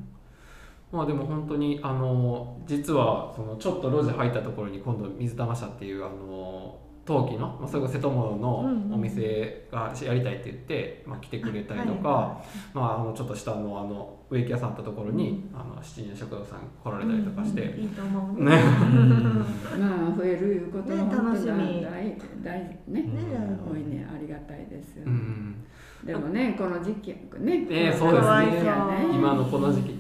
Speaker 3: まあでも本当にあの実はそのちょっと路地入ったところに今度水玉社っていうあの陶器の、まあ、それこそ瀬戸物
Speaker 1: うんうん
Speaker 3: のお店がやりたいって言って、まあ、来てくれたりとか、
Speaker 1: は
Speaker 3: まあ、あのちょっと下のあの植木屋さんあったところに、あの七人食堂さん来られたりとかして、
Speaker 1: うんいいと思うね
Speaker 3: ね
Speaker 4: まあ増えるいうこと
Speaker 1: ね
Speaker 4: も本当に
Speaker 1: 楽しみ
Speaker 4: 大大ねね
Speaker 1: ね
Speaker 4: 多いねありがたいですよ、
Speaker 3: うん
Speaker 4: でもねこの時期ね
Speaker 3: ええ
Speaker 4: この
Speaker 3: そうですね
Speaker 4: 時期や
Speaker 1: うん
Speaker 3: 今のこの時期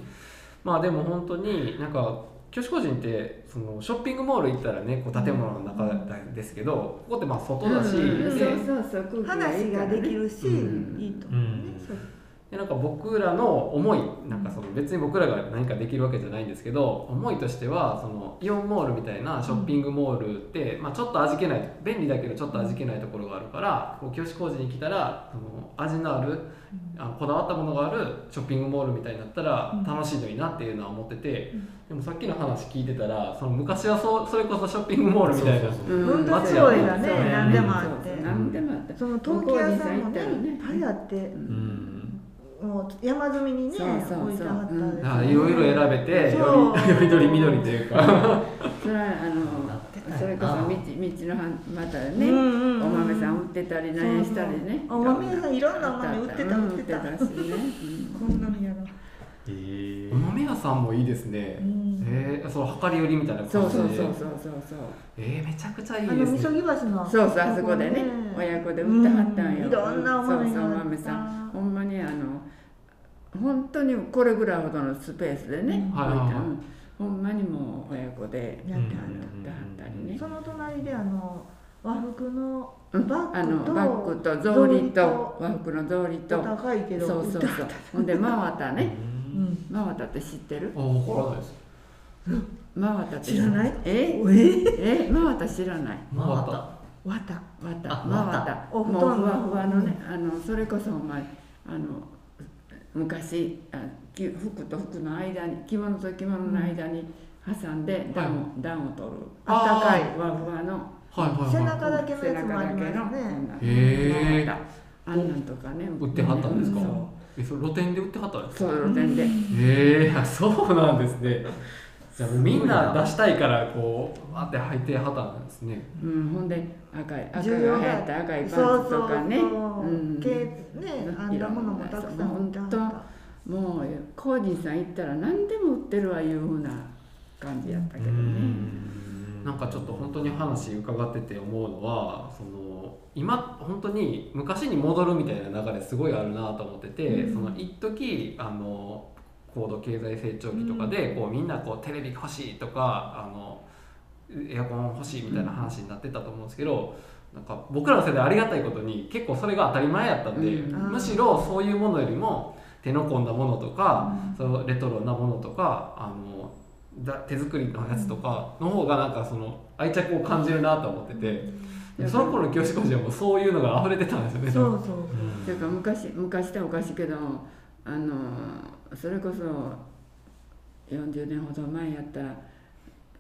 Speaker 3: まあでも本当になんか挙手個人ってそのショッピングモール行ったらねこう建物の中ですけどここってまあ外だし、
Speaker 4: うん
Speaker 3: で
Speaker 4: そうそうそう空気がい
Speaker 1: 話
Speaker 4: いから
Speaker 1: が
Speaker 4: ね
Speaker 1: できるし、
Speaker 3: うん
Speaker 1: いいと思うね、
Speaker 2: うん
Speaker 1: そう
Speaker 3: でなんか僕らの思いなんかその別に僕らが何かできるわけじゃないんですけど思いとしてはそのイオンモールみたいなショッピングモールって、まあ、ちょっと味気ない便利だけどちょっと味気ないところがあるからこう清志工事に来たらその味のあるあのこだわったものがあるショッピングモールみたいになったら
Speaker 1: うん
Speaker 3: 楽しいのになっていうのは思ってて、
Speaker 1: うん
Speaker 3: でもさっきの話聞いてたらその昔はそうそれこそショッピングモールみたいな。
Speaker 2: そうそうそう
Speaker 4: うん
Speaker 1: 文
Speaker 3: 化
Speaker 4: そう
Speaker 3: 庁や
Speaker 1: ね
Speaker 4: そう
Speaker 2: 何でも
Speaker 1: あって
Speaker 4: そうそう何でもあって
Speaker 1: その陶器屋さんもね
Speaker 4: 向こうに
Speaker 1: いっぱいあって、
Speaker 4: う
Speaker 2: うんん
Speaker 1: もう山積みにね
Speaker 4: そうそうそう
Speaker 1: 置いてはったんですよ
Speaker 3: あいろいろ選べてより
Speaker 1: そう
Speaker 3: より どりみどりというか
Speaker 4: それは
Speaker 2: な
Speaker 4: あ
Speaker 2: ってたよな
Speaker 4: のそれこそ道道のはんまた
Speaker 1: うん
Speaker 4: ね
Speaker 1: うん
Speaker 4: お
Speaker 1: うん
Speaker 4: 豆さん売ってたり何したりね
Speaker 1: そうそうお豆屋さんいろんなお豆売ってた
Speaker 4: うん
Speaker 1: 売ってた
Speaker 4: 売ってたしね
Speaker 1: こんなのやろ
Speaker 2: えー
Speaker 3: お豆屋さんもいいですね、
Speaker 1: うん
Speaker 3: えー、その量り売りみたいな
Speaker 4: うんそ
Speaker 3: 感
Speaker 4: う
Speaker 3: じ
Speaker 4: そ
Speaker 3: で
Speaker 4: うそうそうそうそう
Speaker 3: えー、めちゃくちゃい
Speaker 1: あ
Speaker 3: い
Speaker 1: の
Speaker 3: です
Speaker 1: み
Speaker 3: ね
Speaker 1: そぎ橋の
Speaker 4: そうそうあそこでね親子で売ってはったんよ
Speaker 1: ういろんなお豆
Speaker 4: そ
Speaker 1: が
Speaker 4: うそうお
Speaker 1: あ
Speaker 4: 豆
Speaker 1: っ
Speaker 4: さんほ
Speaker 1: た
Speaker 4: んまにあの本当にこれぐらいほどのスペースでね、
Speaker 3: はいはいはい
Speaker 4: うんほんまにもう親子で
Speaker 1: やっては
Speaker 4: あの
Speaker 1: っ
Speaker 4: 歌ったりね
Speaker 1: た、その隣であの和服の
Speaker 4: うん
Speaker 1: バッグと
Speaker 4: あのバッグと草履
Speaker 1: 草
Speaker 4: と
Speaker 1: 履と
Speaker 4: 和服の草履と
Speaker 1: 高いけど
Speaker 4: そうそうそう
Speaker 1: 売ってはった
Speaker 4: ほんで真綿
Speaker 2: う
Speaker 4: ね
Speaker 2: ん
Speaker 1: うん
Speaker 4: 真綿って知ってる
Speaker 3: あ分からないです
Speaker 4: 真綿って
Speaker 1: 知らない
Speaker 4: え
Speaker 1: え
Speaker 4: え真綿知らない
Speaker 2: ま
Speaker 3: ま
Speaker 2: た
Speaker 1: わた
Speaker 4: 綿
Speaker 2: あ
Speaker 4: 真綿
Speaker 1: お布
Speaker 4: もう
Speaker 1: 団
Speaker 4: ふわふわのねあのそれこそお前あの昔あき服と服の間に着物と着物の間に挟んで暖を暖を取る
Speaker 1: あったかい
Speaker 4: ふわふわの
Speaker 3: はいはいはい
Speaker 1: 背中だけのやつもあります
Speaker 4: 背中
Speaker 1: ね
Speaker 4: だけのこんな
Speaker 3: へー
Speaker 4: あんなんとかね
Speaker 3: 売ってはったんですか、
Speaker 4: う
Speaker 3: えそれ露店で売ってはったんですか
Speaker 4: そう露店で、
Speaker 3: えー、あ そうなんですねじゃあもうみんな出したいからこうわーって履いてはったんですね
Speaker 4: うん、ほんで赤い赤
Speaker 1: 需要
Speaker 4: が
Speaker 1: が
Speaker 4: 流行った赤いパンツとかね
Speaker 1: そうそうそう
Speaker 4: うん
Speaker 1: けねあんなものもたくさん売ってはった
Speaker 4: ほんもうコージンさん行ったら何でも売ってるわいうふうな感じやったけどね
Speaker 3: なんかちょっと本当に話伺ってて思うのはその今本当に昔に戻るみたいな流れすごいあるなと思ってて、
Speaker 1: うん
Speaker 3: その一時あの高度経済成長期とかで、こうみんなこうテレビ欲しいとかあのエアコン欲しいみたいな話になってたと思うんですけど、なんか僕らの世代ありがたいことに結構それが当たり前やったんで、
Speaker 4: うん
Speaker 3: むしろそういうものよりも手の込んだものとか、そのレトロなものとかあのだ手作りのやつとかの方がなんかその愛着を感じるなと思ってて、
Speaker 4: うん
Speaker 3: その頃の清志工事はもうそういうのが溢れてたんですよね。
Speaker 1: そうそう
Speaker 4: ていうか昔昔っておかしいけどあのそれこそ40年ほど前やったら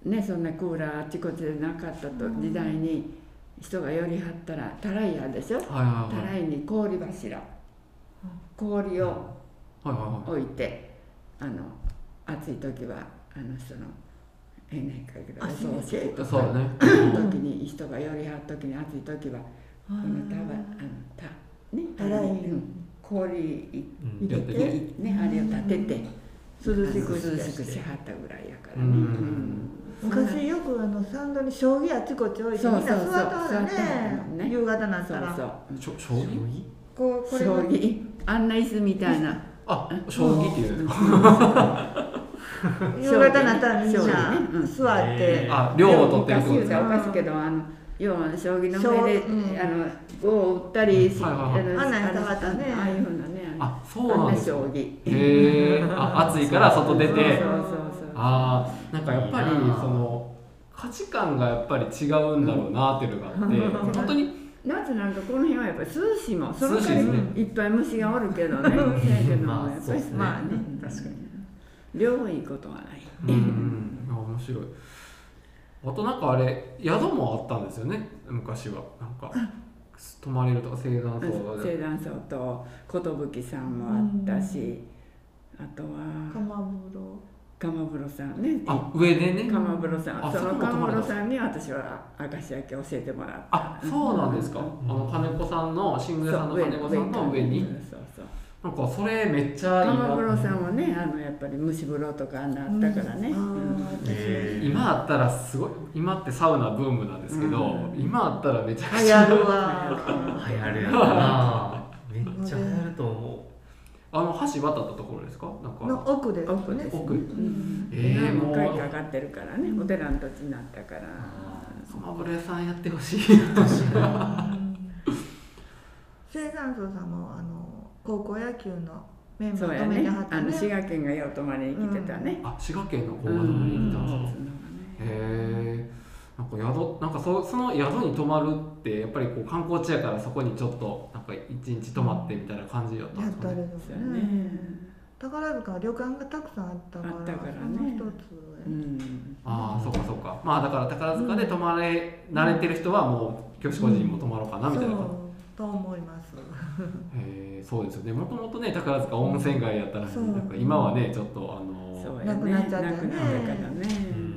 Speaker 4: ねそんなクーラーあっちこっちでなかったと時代に人が寄りはったらタライヤでしょ
Speaker 3: はいはい
Speaker 4: タ
Speaker 3: はい
Speaker 4: ライに氷柱氷を
Speaker 3: はいは
Speaker 4: 置いてあの暑い時はあの人のええねんかけど
Speaker 1: 足に
Speaker 4: お葬式
Speaker 3: いは
Speaker 4: と
Speaker 3: い。そう
Speaker 4: か
Speaker 3: ね。
Speaker 4: 時に人が寄りはっ時に暑い時は
Speaker 1: あ
Speaker 4: このタバあの
Speaker 1: ー
Speaker 4: たね
Speaker 1: たらい
Speaker 4: うん氷
Speaker 3: う
Speaker 1: 入
Speaker 3: ん、
Speaker 1: れ
Speaker 3: やっててね。
Speaker 4: ねあれを立てて
Speaker 1: 涼しく
Speaker 4: あの涼
Speaker 1: し
Speaker 4: してくしはったぐらいやからね。
Speaker 3: うん
Speaker 4: うん
Speaker 1: 昔よくあのスタンドに将棋あちこち置いて
Speaker 4: そう
Speaker 1: み
Speaker 4: そ
Speaker 1: ん
Speaker 4: う
Speaker 1: な座っと
Speaker 4: そう
Speaker 1: は
Speaker 4: 座ってはる
Speaker 1: ね
Speaker 4: もんね
Speaker 1: 夕方になっ
Speaker 4: そ
Speaker 1: た
Speaker 4: う
Speaker 1: ら
Speaker 3: しょ将棋
Speaker 1: こう
Speaker 4: そ
Speaker 1: こ
Speaker 4: う。
Speaker 1: れ
Speaker 4: 将
Speaker 1: が
Speaker 4: 棋あんな椅子みたいな。
Speaker 3: あ、将棋っていう。
Speaker 1: 夕方になったらみんな
Speaker 4: 将棋ねうん
Speaker 1: 座って
Speaker 3: あ、量を取ってるってことで
Speaker 4: 昔言う
Speaker 3: す
Speaker 4: た
Speaker 3: か。
Speaker 4: らおかしいけどあの要は将棋の上で、
Speaker 1: 将うん
Speaker 4: あの碁を打ったりし、
Speaker 3: はいはいはい
Speaker 4: あの
Speaker 1: あんなんやったかったね
Speaker 4: ああいうふうなねあの
Speaker 3: あ、そうなんです
Speaker 4: あ
Speaker 3: よ。
Speaker 4: んな将棋
Speaker 3: へえ。あ、暑いから外出て
Speaker 4: そ。うそうそうそう
Speaker 3: ああなんかやっぱり
Speaker 2: い
Speaker 3: そ
Speaker 2: いなあ
Speaker 3: の価値観がやっぱり違うんだろうなっていうのがあって、
Speaker 4: ん
Speaker 3: 本当に
Speaker 4: 夏なんかこの辺はやっぱり涼しいもんその
Speaker 3: 涼しい
Speaker 4: 代
Speaker 3: で
Speaker 4: わ
Speaker 3: すね
Speaker 4: りいっぱい虫がおるけどねせやけど
Speaker 2: まあ
Speaker 4: もやっぱり
Speaker 2: そうですね
Speaker 4: まあね
Speaker 2: 確かに
Speaker 4: 両方いいことはない
Speaker 3: うんいや面白いあとなんかあれ宿もあったんですよね昔はなんか泊まれるとか青山荘で
Speaker 4: 正断層と寿さんもあったしあと
Speaker 1: か
Speaker 4: は
Speaker 1: まぼろ
Speaker 4: 鎌風呂さんね
Speaker 3: あ上でね
Speaker 4: 鎌風呂さん
Speaker 3: あ
Speaker 4: そ
Speaker 3: そこ
Speaker 4: の
Speaker 3: も泊
Speaker 4: 鎌
Speaker 3: まれ
Speaker 4: 風
Speaker 3: た
Speaker 4: 呂さんに私は明石焼き教えてもらった
Speaker 3: あそうなんですか、あの金子さんの新宮さんの金子さんの上に
Speaker 4: そうそう
Speaker 3: なんかそれめっちゃいい
Speaker 4: 鎌風呂
Speaker 3: な
Speaker 4: さんはねあのやっぱり蒸し風呂とかあんなあったからね、うん
Speaker 1: ね
Speaker 3: 今あったらすごい今ってサウナブームなんですけど、
Speaker 4: うん
Speaker 3: 今あったらめちゃく
Speaker 1: 流
Speaker 3: ちゃ
Speaker 1: 行るわ
Speaker 2: 流行るやろなめっちゃ流行ると思
Speaker 3: あの橋渡ったところですかなん
Speaker 1: の
Speaker 3: か
Speaker 1: 奥です
Speaker 4: 奥
Speaker 1: ね
Speaker 3: 奥
Speaker 1: うん
Speaker 3: えー、も
Speaker 4: も
Speaker 3: う
Speaker 4: う回かかってるからねお寺の土地になったから
Speaker 3: 鎌倉屋さんやってほしい
Speaker 1: 生産層さんもあの高校野球のメンバ
Speaker 4: そう
Speaker 1: ー
Speaker 4: や
Speaker 1: 止め
Speaker 4: ね
Speaker 1: てはっ
Speaker 4: あの
Speaker 1: て
Speaker 4: 滋
Speaker 1: ね
Speaker 4: 賀県がよう泊まりに来てたね、
Speaker 3: あ滋賀県の
Speaker 4: う
Speaker 3: 高
Speaker 4: ん
Speaker 3: 校に行った
Speaker 4: そ
Speaker 3: ん
Speaker 4: う
Speaker 3: で
Speaker 4: そ
Speaker 3: すかへ
Speaker 4: う
Speaker 3: えなんか宿なんかそその宿に泊まるってやっぱりこう観光地やからそこにちょっとなんか一日泊まってみたいな感じだったん
Speaker 1: や
Speaker 3: で
Speaker 1: っ
Speaker 3: す
Speaker 1: た
Speaker 3: か
Speaker 1: り
Speaker 3: ね
Speaker 1: です
Speaker 4: そう
Speaker 1: よ
Speaker 4: やね
Speaker 1: ね宝塚は旅館がたくさんあったから
Speaker 4: あったからね
Speaker 1: その一つ
Speaker 4: うん
Speaker 3: ああそっかそっかまあだから宝塚で泊まれ、慣れてる人はもう教師個人も泊まろうかなみ
Speaker 1: そ
Speaker 3: たいな
Speaker 1: う
Speaker 3: 感
Speaker 1: と思います
Speaker 3: じ、へえそうですよねもともとね宝塚温泉街やったらしい、
Speaker 1: そう
Speaker 3: なんか今はねちょっとあの
Speaker 4: そうやね
Speaker 1: なくなっちゃったよ
Speaker 4: な
Speaker 1: ね
Speaker 4: くなったからね、
Speaker 3: うん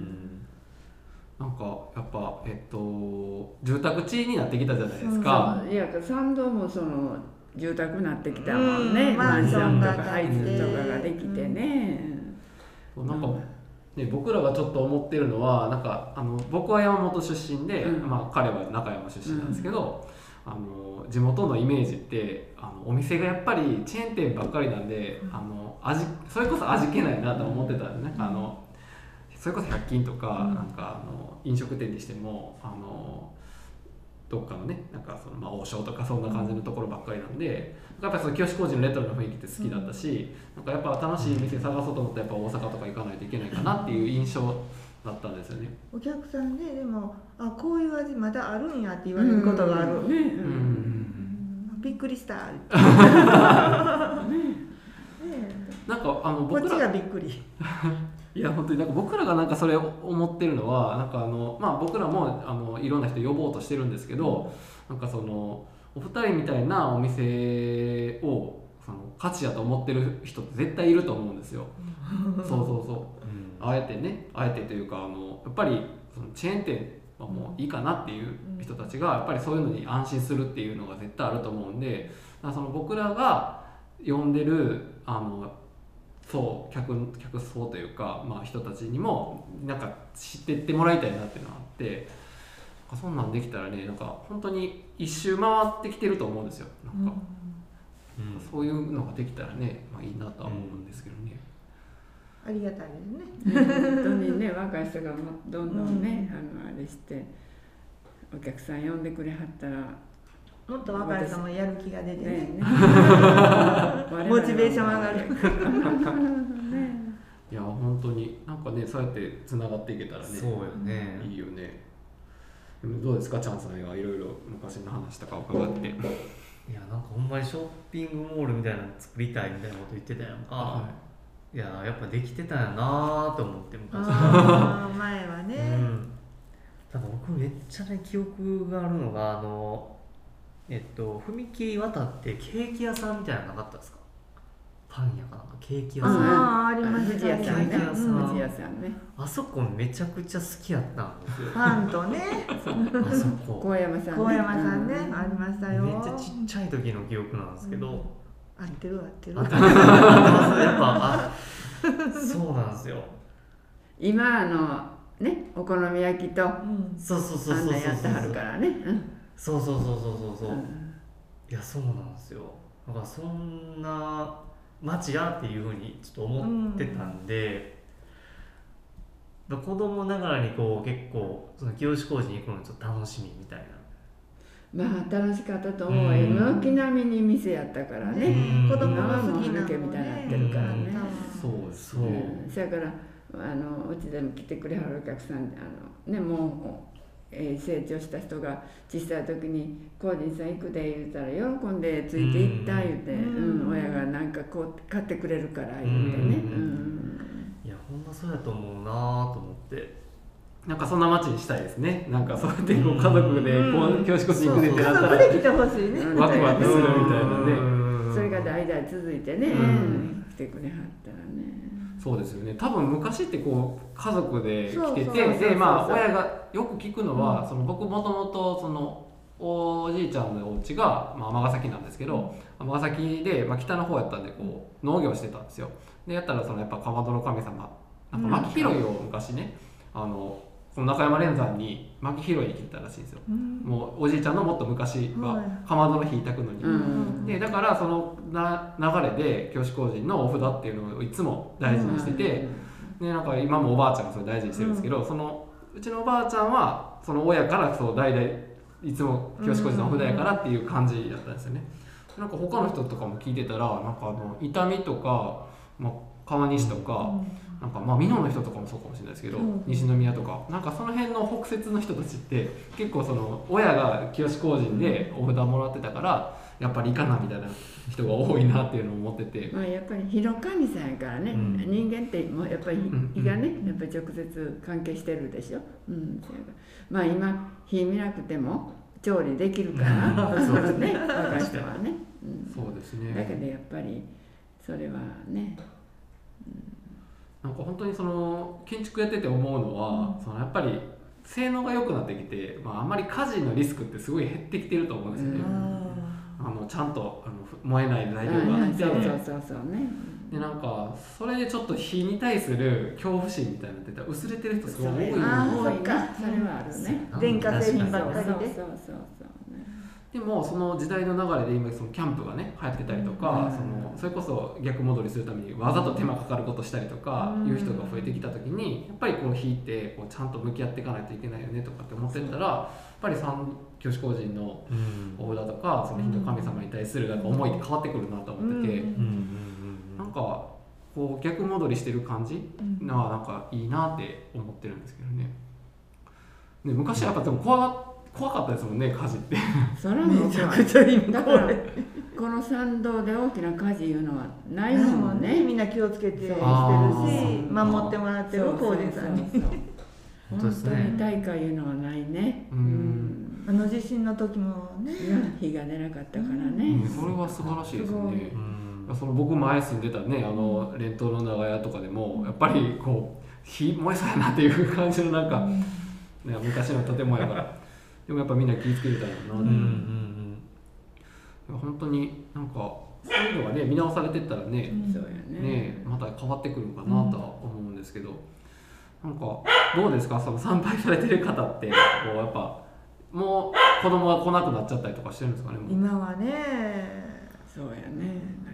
Speaker 3: なんかやっぱえっと住宅地になってきたじゃないです
Speaker 1: あ
Speaker 3: か。
Speaker 4: いや参道もその住宅になってきたもんね、
Speaker 1: うん
Speaker 4: マンションとか
Speaker 1: マン
Speaker 4: 配
Speaker 1: シ
Speaker 4: 置
Speaker 1: ョン
Speaker 4: と
Speaker 1: が
Speaker 4: かができてね、
Speaker 3: そうなんかね僕らがちょっと思ってるのはなんかあの僕は山本出身で、
Speaker 4: うん
Speaker 3: まあ彼は中山出身なんですけど。あの地元のイメージってあのお店がやっぱりチェーン店ばっかりなんであの味それこそ味気ないなと思ってたんでなんかあのそれこそ100均とか,、
Speaker 1: うん
Speaker 3: なんかあの飲食店にしてもあのどっかのねなんかその、まあ、王将とかそんな感じのところばっかりなんでやっぱりその清志工事のレトロな雰囲気って好きだったし、なんかやっぱ楽しい店探そうと思ったらやっぱ大阪とか行かないといけないかなっていう印象だったんですよね。
Speaker 1: お客さんででもあこういう味まだあるんやって言われることがある、
Speaker 4: ね、
Speaker 3: う
Speaker 4: うん
Speaker 3: ん
Speaker 1: びっくりしたね
Speaker 3: なんかあの
Speaker 1: こ
Speaker 3: 僕ら
Speaker 1: っちがびっくり
Speaker 3: いや本当になんか僕らがなんかそれを思ってるのはなんかあの、まあ、僕らもあのいろんな人呼ぼうとしてるんですけどなんかそのお二人みたいなお店をその価値やと思ってる人って絶対いると思うん ですよ。そうそうそうあえてねあえてというかあのやっぱりそのチェーン店はもういいかなっていう人たちがやっぱりそういうのに安心するっていうのが絶対あると思うんでだからその僕らが呼んでるあのそう客客層というか、まあ、人たちにもなんか知ってってもらいたいなっていうのがあってなんかそんなんできたらねなんか本当に一周回ってきてると思うんですよなんか、
Speaker 2: う、
Speaker 3: そういうのができたらね、まあ、いいなとは思うんですけどね、
Speaker 1: ありがたいですね
Speaker 4: 本当にね若い人がもどんどんね、あのあれしてお客さん呼んでくれはったら
Speaker 1: もっと若い人もやる気が出てね
Speaker 4: ね
Speaker 1: モチベーション上がる
Speaker 3: いや本当になんかねそうやってつながっていけたらね
Speaker 2: そうよね
Speaker 3: いいよねでもどうですかチャンさんがいろいろ昔の話とか伺って
Speaker 2: いやなんかほんまにショッピングモールみたいなの作りたいみたいなこと言ってたやんか、、
Speaker 3: はい
Speaker 2: ややっぱできてたんやなと思って昔
Speaker 1: あー前はね、
Speaker 2: うん、ただ僕めっちゃね記憶があるのがあのえっと踏切渡ってケーキ屋さんみたいなのなかったですかパン屋かなんかケーキ屋さん、
Speaker 4: うん
Speaker 1: ああありまし
Speaker 4: 藤
Speaker 1: た
Speaker 4: 屋さん
Speaker 2: 藤
Speaker 4: ね
Speaker 2: 屋さん
Speaker 4: 藤屋さんね
Speaker 2: あそこめちゃくちゃ好きやったんですよ
Speaker 1: パンとね
Speaker 2: あそこ
Speaker 4: 高山さんね
Speaker 1: 高山さんね、
Speaker 4: うん
Speaker 1: ありました
Speaker 2: め
Speaker 1: よ
Speaker 2: っちゃちっちゃい時の記憶なんですけど、
Speaker 1: うん合ってる合ってる
Speaker 2: あやっぱあそうなんですよ
Speaker 4: 今あのねお好み焼きとあ
Speaker 1: うん
Speaker 2: そうそうそうそうんそう
Speaker 4: なんやってはるからねうん
Speaker 2: そうそうそうそうそうそううんいやそうなんですよだからそんな町やっていうふうにちょっと思ってたんで、だから子供ながらにこう結構その清志工事に行くのちょっと楽しみみたい
Speaker 4: まあ楽しかったと思う
Speaker 2: うん
Speaker 4: よ軒並みに店やったからね
Speaker 1: ね子供が
Speaker 4: 今はも
Speaker 1: 好
Speaker 4: う
Speaker 1: きな
Speaker 4: 歯抜け
Speaker 1: の
Speaker 4: みたいになって
Speaker 1: ね
Speaker 4: るからね
Speaker 1: うん
Speaker 3: そうですね
Speaker 2: そう
Speaker 4: そやからあのうちでも来てくれはるお客さんあの、ね、もう、えー成長した人が小さい時に「工人さん行くで」言うたら喜んでついていった言うて、
Speaker 1: うん
Speaker 4: うん親がなんかこう買ってくれるから言うてね、
Speaker 2: う
Speaker 4: うんん
Speaker 2: ないやほんまそうやと思うなと思って
Speaker 3: なんかそんな街にしたいですねなんかそうやってこう家族でこう教師コース行くねって
Speaker 1: 家
Speaker 3: なった
Speaker 1: 族
Speaker 3: ら
Speaker 1: で来てほしいね
Speaker 4: うん
Speaker 3: ワクワクするみたいなね
Speaker 2: ね
Speaker 4: それが代々続いてね、
Speaker 2: うん
Speaker 4: 来てくれはったらね
Speaker 3: そうですよね多分昔ってこう家族で来て
Speaker 1: そうそうそう
Speaker 3: て
Speaker 1: そう
Speaker 3: でまあ親がよく聞くのは、その僕もともとそのおじいちゃんのお家がまあ尼、崎なんですけど尼、崎で、まあ、北の方やったんでこう農業してたんですよでやったらそのやっぱかまどの神様なんか薪拾いを昔ね、あのこの中山連山に薪拾いに来てたらしいんですよ
Speaker 1: うん
Speaker 3: もうおじいちゃんのもっと昔
Speaker 1: は
Speaker 3: はかまどの火炊くのに、
Speaker 4: うん
Speaker 3: でだからそのな流れで教師工人のお札っていうのをいつも大事にしてて、でなんか今もおばあちゃんがそれ大事にしてるんですけど、そのうちのおばあちゃんはその親からそう代々いつも教師工人のお札やからっていう感じだったんですよね。なんか他の人とかも聞いてたらなんかあの痛みとか、まあ、川西とか、なんかまあ美濃の人とかもそうかもしれないですけど、
Speaker 1: うん
Speaker 3: 西宮とかなんかその辺の北摂の人たちって結構その親が清志工人でお札もらってたからやっぱりいかなみたいな人が多いなっていうのを思ってて
Speaker 4: まあ、やっぱり広神さんやからね、
Speaker 2: うん
Speaker 4: 人間ってもうやっぱり
Speaker 3: ん
Speaker 4: 火がね、やっぱり直接関係してるでしょ、うん、それがまあ今火見なくても調理できるから、そうね 若い人はね、うん
Speaker 3: そうです
Speaker 4: だけ
Speaker 3: ね
Speaker 4: どやっぱりそれはね
Speaker 3: なんか本当にその建築やってて思うのは、そのやっぱり性能が良くなってきて、まあ、あんまり火事のリスクってすごい減ってきてると思うんですよね、
Speaker 4: うん
Speaker 3: あのちゃんとあの燃えない材料
Speaker 4: はい
Speaker 3: があ
Speaker 4: は
Speaker 3: っ
Speaker 4: い
Speaker 3: て、
Speaker 4: そうそうそうそうね
Speaker 3: でなんかそれでちょっと火に対する恐怖心みたいなのって薄れてる人すごい多い
Speaker 1: あ
Speaker 4: ああ
Speaker 1: ー
Speaker 3: の
Speaker 4: そ
Speaker 1: そ
Speaker 4: っ
Speaker 1: っ
Speaker 4: か
Speaker 1: か
Speaker 4: それはあるね
Speaker 1: 電化製
Speaker 4: そう
Speaker 1: 品ばっかりで
Speaker 4: そうそうそうね
Speaker 3: でもその時代の流れで今そのキャンプがね流行ってたりとか、
Speaker 4: うん
Speaker 3: そのそれこそ逆戻りするためにわざと手間かかることしたりとか
Speaker 1: うん
Speaker 3: いう人が増えてきた時にやっぱりこう引いてこうちゃんと向き合っていかないといけないよねとかって思ってたらやっぱり三教師工人の
Speaker 2: うんうん
Speaker 3: お札とかその火の神様に対するなんか思いって変わってくるなと思ってて、
Speaker 1: う
Speaker 2: う
Speaker 1: ん
Speaker 2: んう
Speaker 3: なんんかこう逆戻りしてる感じ
Speaker 1: うん
Speaker 3: のはなんかいいなって思ってるんですけどね。で昔はやっぱでも怖が怖かったですもんね火事って。
Speaker 4: それはもう
Speaker 1: めちゃくちゃ今
Speaker 4: だ
Speaker 1: こ
Speaker 4: から
Speaker 1: れ
Speaker 4: この参道で大きな火事いうのはない
Speaker 1: ない
Speaker 4: も
Speaker 1: も
Speaker 4: ん
Speaker 1: ん
Speaker 4: ね
Speaker 1: ねみんな気をつけてしてるし
Speaker 3: あー
Speaker 1: 守ってもらってる工事さんに
Speaker 4: そうそうそう
Speaker 2: 本当ですね
Speaker 4: 本当に大会いうのはないね。
Speaker 3: う
Speaker 4: うんん。
Speaker 1: あの地震の時もね
Speaker 4: いや火が出なかったから
Speaker 3: うん
Speaker 4: ね。
Speaker 3: それは素晴らしいですね。
Speaker 2: う
Speaker 3: うん
Speaker 2: ん
Speaker 3: その僕前住んでたねあの連島の長屋とかでもやっぱりこう火燃えそうやなっていう感じのなんか、ね、昔の建物や からでもやっぱみんな気ぃつけてたんやろ
Speaker 2: うん
Speaker 3: な、
Speaker 2: う
Speaker 3: うん、
Speaker 2: うんん
Speaker 3: 本当になんかそういうのがね見直されてったらね
Speaker 4: そうやね
Speaker 3: ね。また変わってくるのかなとは思うんですけど、なんかどうですかその参拝されてる方ってこうやっぱもう子供が来なくなっちゃったりとかしてるんですかねもう
Speaker 1: 今はね
Speaker 4: そうやね。ない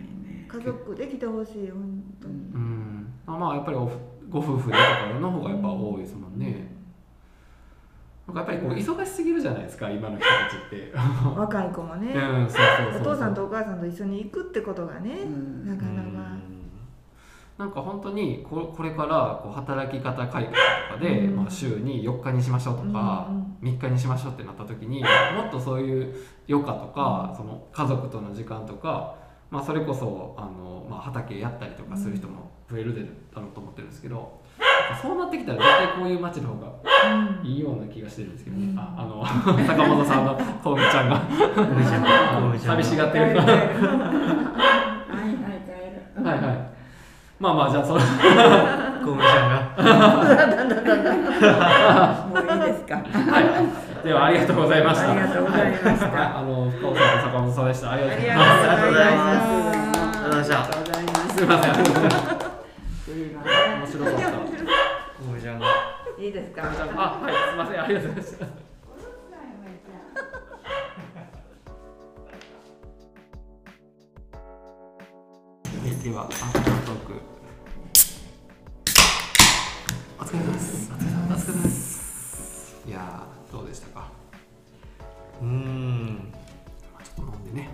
Speaker 4: ね。
Speaker 1: 家族で来てほしい本当に
Speaker 3: うん、まあまあやっぱりおふご夫婦でとかの方がやっぱ多いですもんね、僕やっぱりこう忙しすぎるじゃないですか今の人たちって。
Speaker 1: 若い子もね、
Speaker 3: うん、そうそうそう
Speaker 1: お
Speaker 3: そう
Speaker 1: 父さんとお母さんと一緒に行くってことがね、
Speaker 4: うん
Speaker 1: なかな
Speaker 3: うん
Speaker 1: か、
Speaker 3: なんか本当にここれからこう働き方改革とかで、
Speaker 1: うん
Speaker 3: まあ、週に4日にしましょうとか、
Speaker 1: うんうん
Speaker 3: 3日にしましょうってなった時にもっとそういう余暇とかその家族との時間とか、まあ、それこそあの、まあ、畑やったりとかする人も増えるだろうと思ってるんですけど、そうなってきたら絶対こういう街の方が
Speaker 1: うん
Speaker 3: いいような気がしてるんですけどね、
Speaker 1: うん
Speaker 3: ああの 坂本さんのトウミちゃんが寂しがってる
Speaker 4: はいはい帰る
Speaker 3: はいはい。まあまあじゃあその
Speaker 2: 小梅ちゃんが
Speaker 4: もういいですか
Speaker 3: ではありがとうございました。
Speaker 4: ありがとうございました
Speaker 3: はいあの深尾さんと坂本さんでした。ありがとうございます。
Speaker 2: ありがとうござい
Speaker 4: ま
Speaker 2: あり
Speaker 4: す
Speaker 2: がとうございました
Speaker 4: ありがとうございます
Speaker 3: すみません。
Speaker 4: すいません
Speaker 3: 面白かった。
Speaker 2: 小梅ちゃんが
Speaker 4: いいですか
Speaker 3: あはいすみませんありがとうございました。ではアフタートーク。お疲れ様です。お疲れ様です。お疲れ様です。いやーどうでしたか。
Speaker 2: うーん
Speaker 3: ちょっと飲んでね。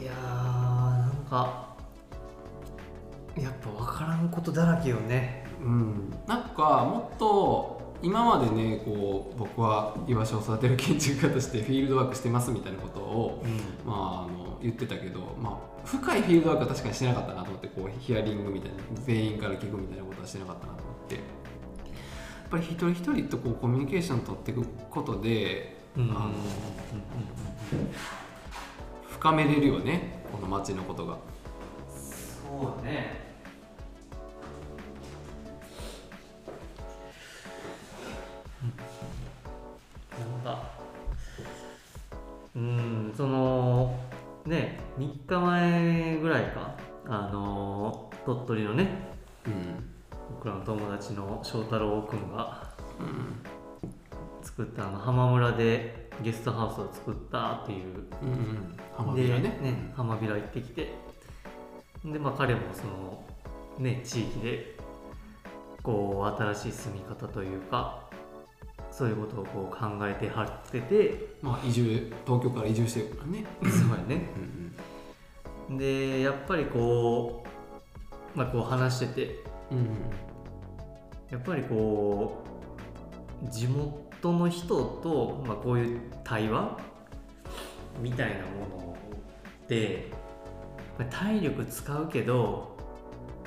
Speaker 2: いやーなんかやっぱ分からんことだらけよね
Speaker 3: うん、なんかもっと今までねこう僕は居場所を育てる建築家としてフィールドワークしてますみたいなことを、
Speaker 2: うん
Speaker 3: まあ、あの言ってたけど、まあ、深いフィールドワークは確かにしてなかったなと思ってこうヒアリングみたいな全員から聞くみたいなことはしてなかったなと思ってやっぱり一人一人とこうコミュニケーション取っていくことで、
Speaker 2: うん
Speaker 3: あの深めれるよねこの街のことが。
Speaker 2: そうねなんかうんそのね3日前ぐらいかあの鳥取のね
Speaker 3: うん
Speaker 2: 僕らの友達の翔太郎くんが
Speaker 3: うん
Speaker 2: 作ったあの浜村でゲストハウスを作ったっていう
Speaker 3: うんうん、浜辺だね
Speaker 2: で浜平行ってきてでまあ彼もそのね地域でこう新しい住み方というかそういうことをこう考えてはってて
Speaker 3: まあ、移住東京から移住してるからね。
Speaker 2: そうやね
Speaker 3: うんうん
Speaker 2: でやっぱりこうまあこう話してて
Speaker 3: うん
Speaker 2: やっぱりこう地元の人と、まあ、こういう対話みたいなものって、まあ、体力使うけど、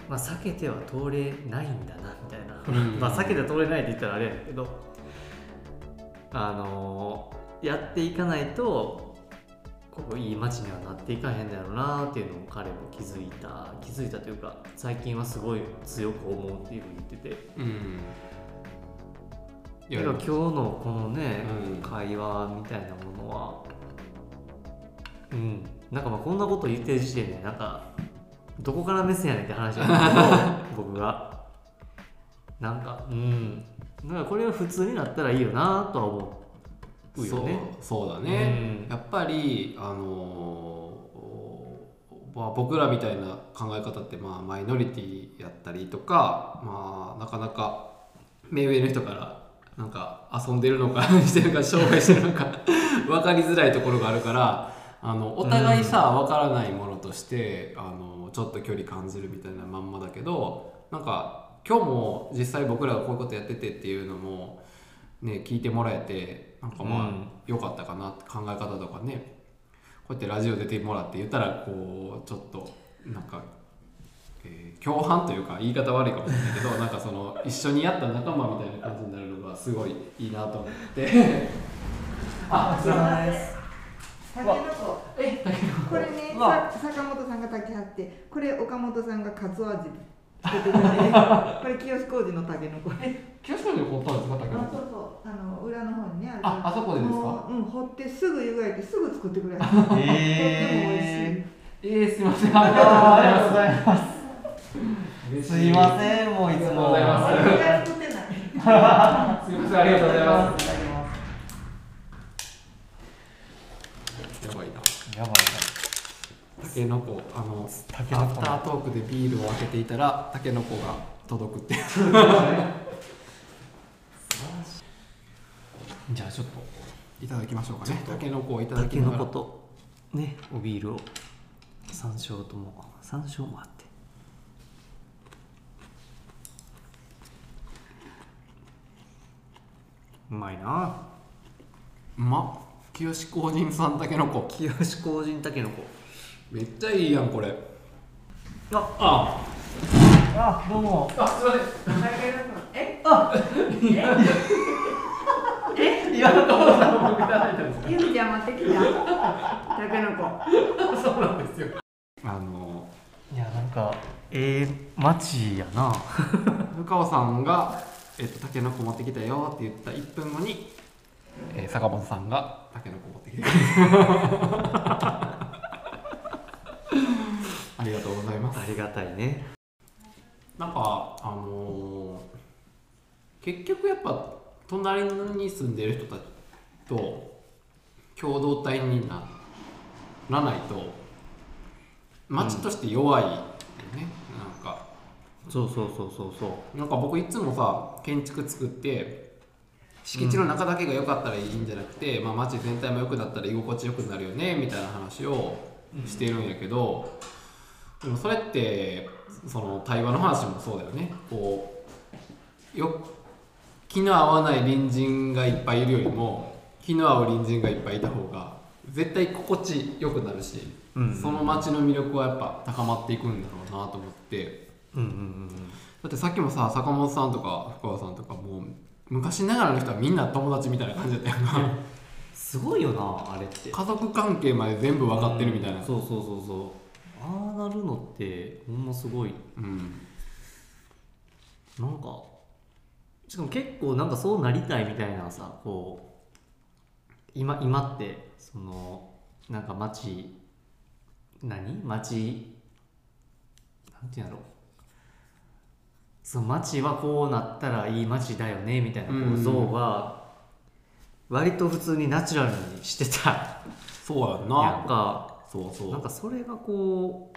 Speaker 2: まあ、避けては通れないんだなみたいな、
Speaker 3: うん
Speaker 2: まあ避けては通れないって言ったらあれやけどあのやっていかないとこういい街にはなっていかへんだろうなっていうのを彼も気づいた気づいたというか最近はすごい強く思うっていうふうに言ってて。
Speaker 3: うんうんい
Speaker 2: いや
Speaker 3: や
Speaker 2: 今日のこのね、
Speaker 3: うん
Speaker 2: 会話みたいなものはうんなんかまあこんなこと言ってる時点でなんかどこから目線やねんって話なんだけど僕がなんかうんなんかこれが普通になったらいいよなとは思うよね
Speaker 3: そうそうだね、
Speaker 2: うん
Speaker 3: やっぱりあのーまあ、僕らみたいな考え方ってまあマイノリティやったりとかまあなかなか目上の人からなんか遊んでるのか してるのか商売してるのか 分かりづらいところがあるからあのお互いさ分からないものとしてあのちょっと距離感じるみたいなまんまだけどなんか今日も実際僕らがこういうことやっててっていうのもね聞いてもらえてなんかまあ、
Speaker 2: うん
Speaker 3: 良かったかなって考え方とかねこうやってラジオ出てもらって言ったらこうちょっとなんか、えー共犯というか言い方悪いかもしれないけ どなんかその一緒にやった仲間みたいな感じになるのがすごいいいなと思ってあすいま
Speaker 1: 竹の子これね、さ坂本さんが竹張ってこれ岡本さんがカツオ味で作 ってくれてこれ清志工事の竹の子あ
Speaker 3: せん清志郎に掘ったんですか竹
Speaker 1: そ
Speaker 3: 本
Speaker 1: うそうあの裏の方にねある
Speaker 3: ああそこでですか
Speaker 1: もううん掘ってすぐ湯がいてすぐ作ってくれる
Speaker 2: え
Speaker 3: えー、すいません
Speaker 2: ー、
Speaker 3: ありがとうございま
Speaker 2: ございます
Speaker 3: す
Speaker 2: すいま
Speaker 3: ん
Speaker 2: せんもういつも
Speaker 3: ありがとうございます
Speaker 1: 私が作ってない
Speaker 3: すいませんありがとうございますすやばいな
Speaker 2: やばいな
Speaker 3: タケノコあの
Speaker 2: タケノコ
Speaker 3: アフタートークでビールを開けていたらタケノコが届くっていう じゃあちょっといただきましょうかねたけのこをいただ
Speaker 2: た
Speaker 3: き
Speaker 2: け
Speaker 3: な
Speaker 2: の
Speaker 3: がら
Speaker 2: ことねおビールを山椒とも山椒もあってうまいな
Speaker 3: うまっ清志工人さんたけのこ
Speaker 2: 清志工人たけのこ
Speaker 3: めっちゃいいやんこれ
Speaker 2: あ
Speaker 3: あ
Speaker 2: あどうも
Speaker 3: あすいません
Speaker 1: え
Speaker 3: 今のところ僕いただいてるんです
Speaker 4: ゆみちゃん持ってきた。た けのこ。
Speaker 3: そうなんですよあの
Speaker 2: いやなんかええ街やな
Speaker 3: 深尾さんが、えっと「たけのこ持ってきたよ」って言った1分後に、えー坂本さんが「たけ のこ持ってきてくれたありがとうございます
Speaker 2: ありがたいね
Speaker 3: なんかあのー結局やっぱ隣に住んでる人たちと共同体にならないと町として弱いよね、なんか
Speaker 2: そうそうそうそうそう
Speaker 3: なんか僕いつもさ建築作って敷地の中だけが良かったらいいんじゃなくて、まあ、街全体も良くなったら居心地良くなるよねみたいな話をしてるんやけど、でもそれってその対話の話もそうだよねこうよ気の合わない隣人がいっぱいいるよりも気の合う隣人がいっぱいいた方が絶対心地良くなるし、
Speaker 2: うん
Speaker 3: その街の魅力はやっぱ高まっていくんだろうなと思って。
Speaker 2: うんうん
Speaker 3: だってさっきもさ坂本さんとか福川さんとかもう昔ながらの人はみんな友達みたいな感じだったよな
Speaker 2: すごいよなあれって
Speaker 3: 家族関係まで全部分かってるみたいな
Speaker 2: そうそうそうそうああなるのってほんますごい
Speaker 3: うん
Speaker 2: なんかしかも結構なんかそうなりたいみたいなさこう今今ってそのなんか町何町なんていうんだろうその町はこうなったらいい町だよねみたいなこ
Speaker 3: う
Speaker 2: うん像は割と普通にナチュラルにしてた
Speaker 3: そうやん
Speaker 2: なん
Speaker 3: な
Speaker 2: か
Speaker 3: そうそ
Speaker 2: なんかそれがこ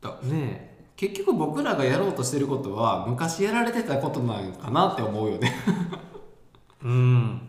Speaker 3: だ
Speaker 2: うね
Speaker 3: 結局僕らがやろうとしてることは昔やられてたことなんかなって思うよね
Speaker 2: えうん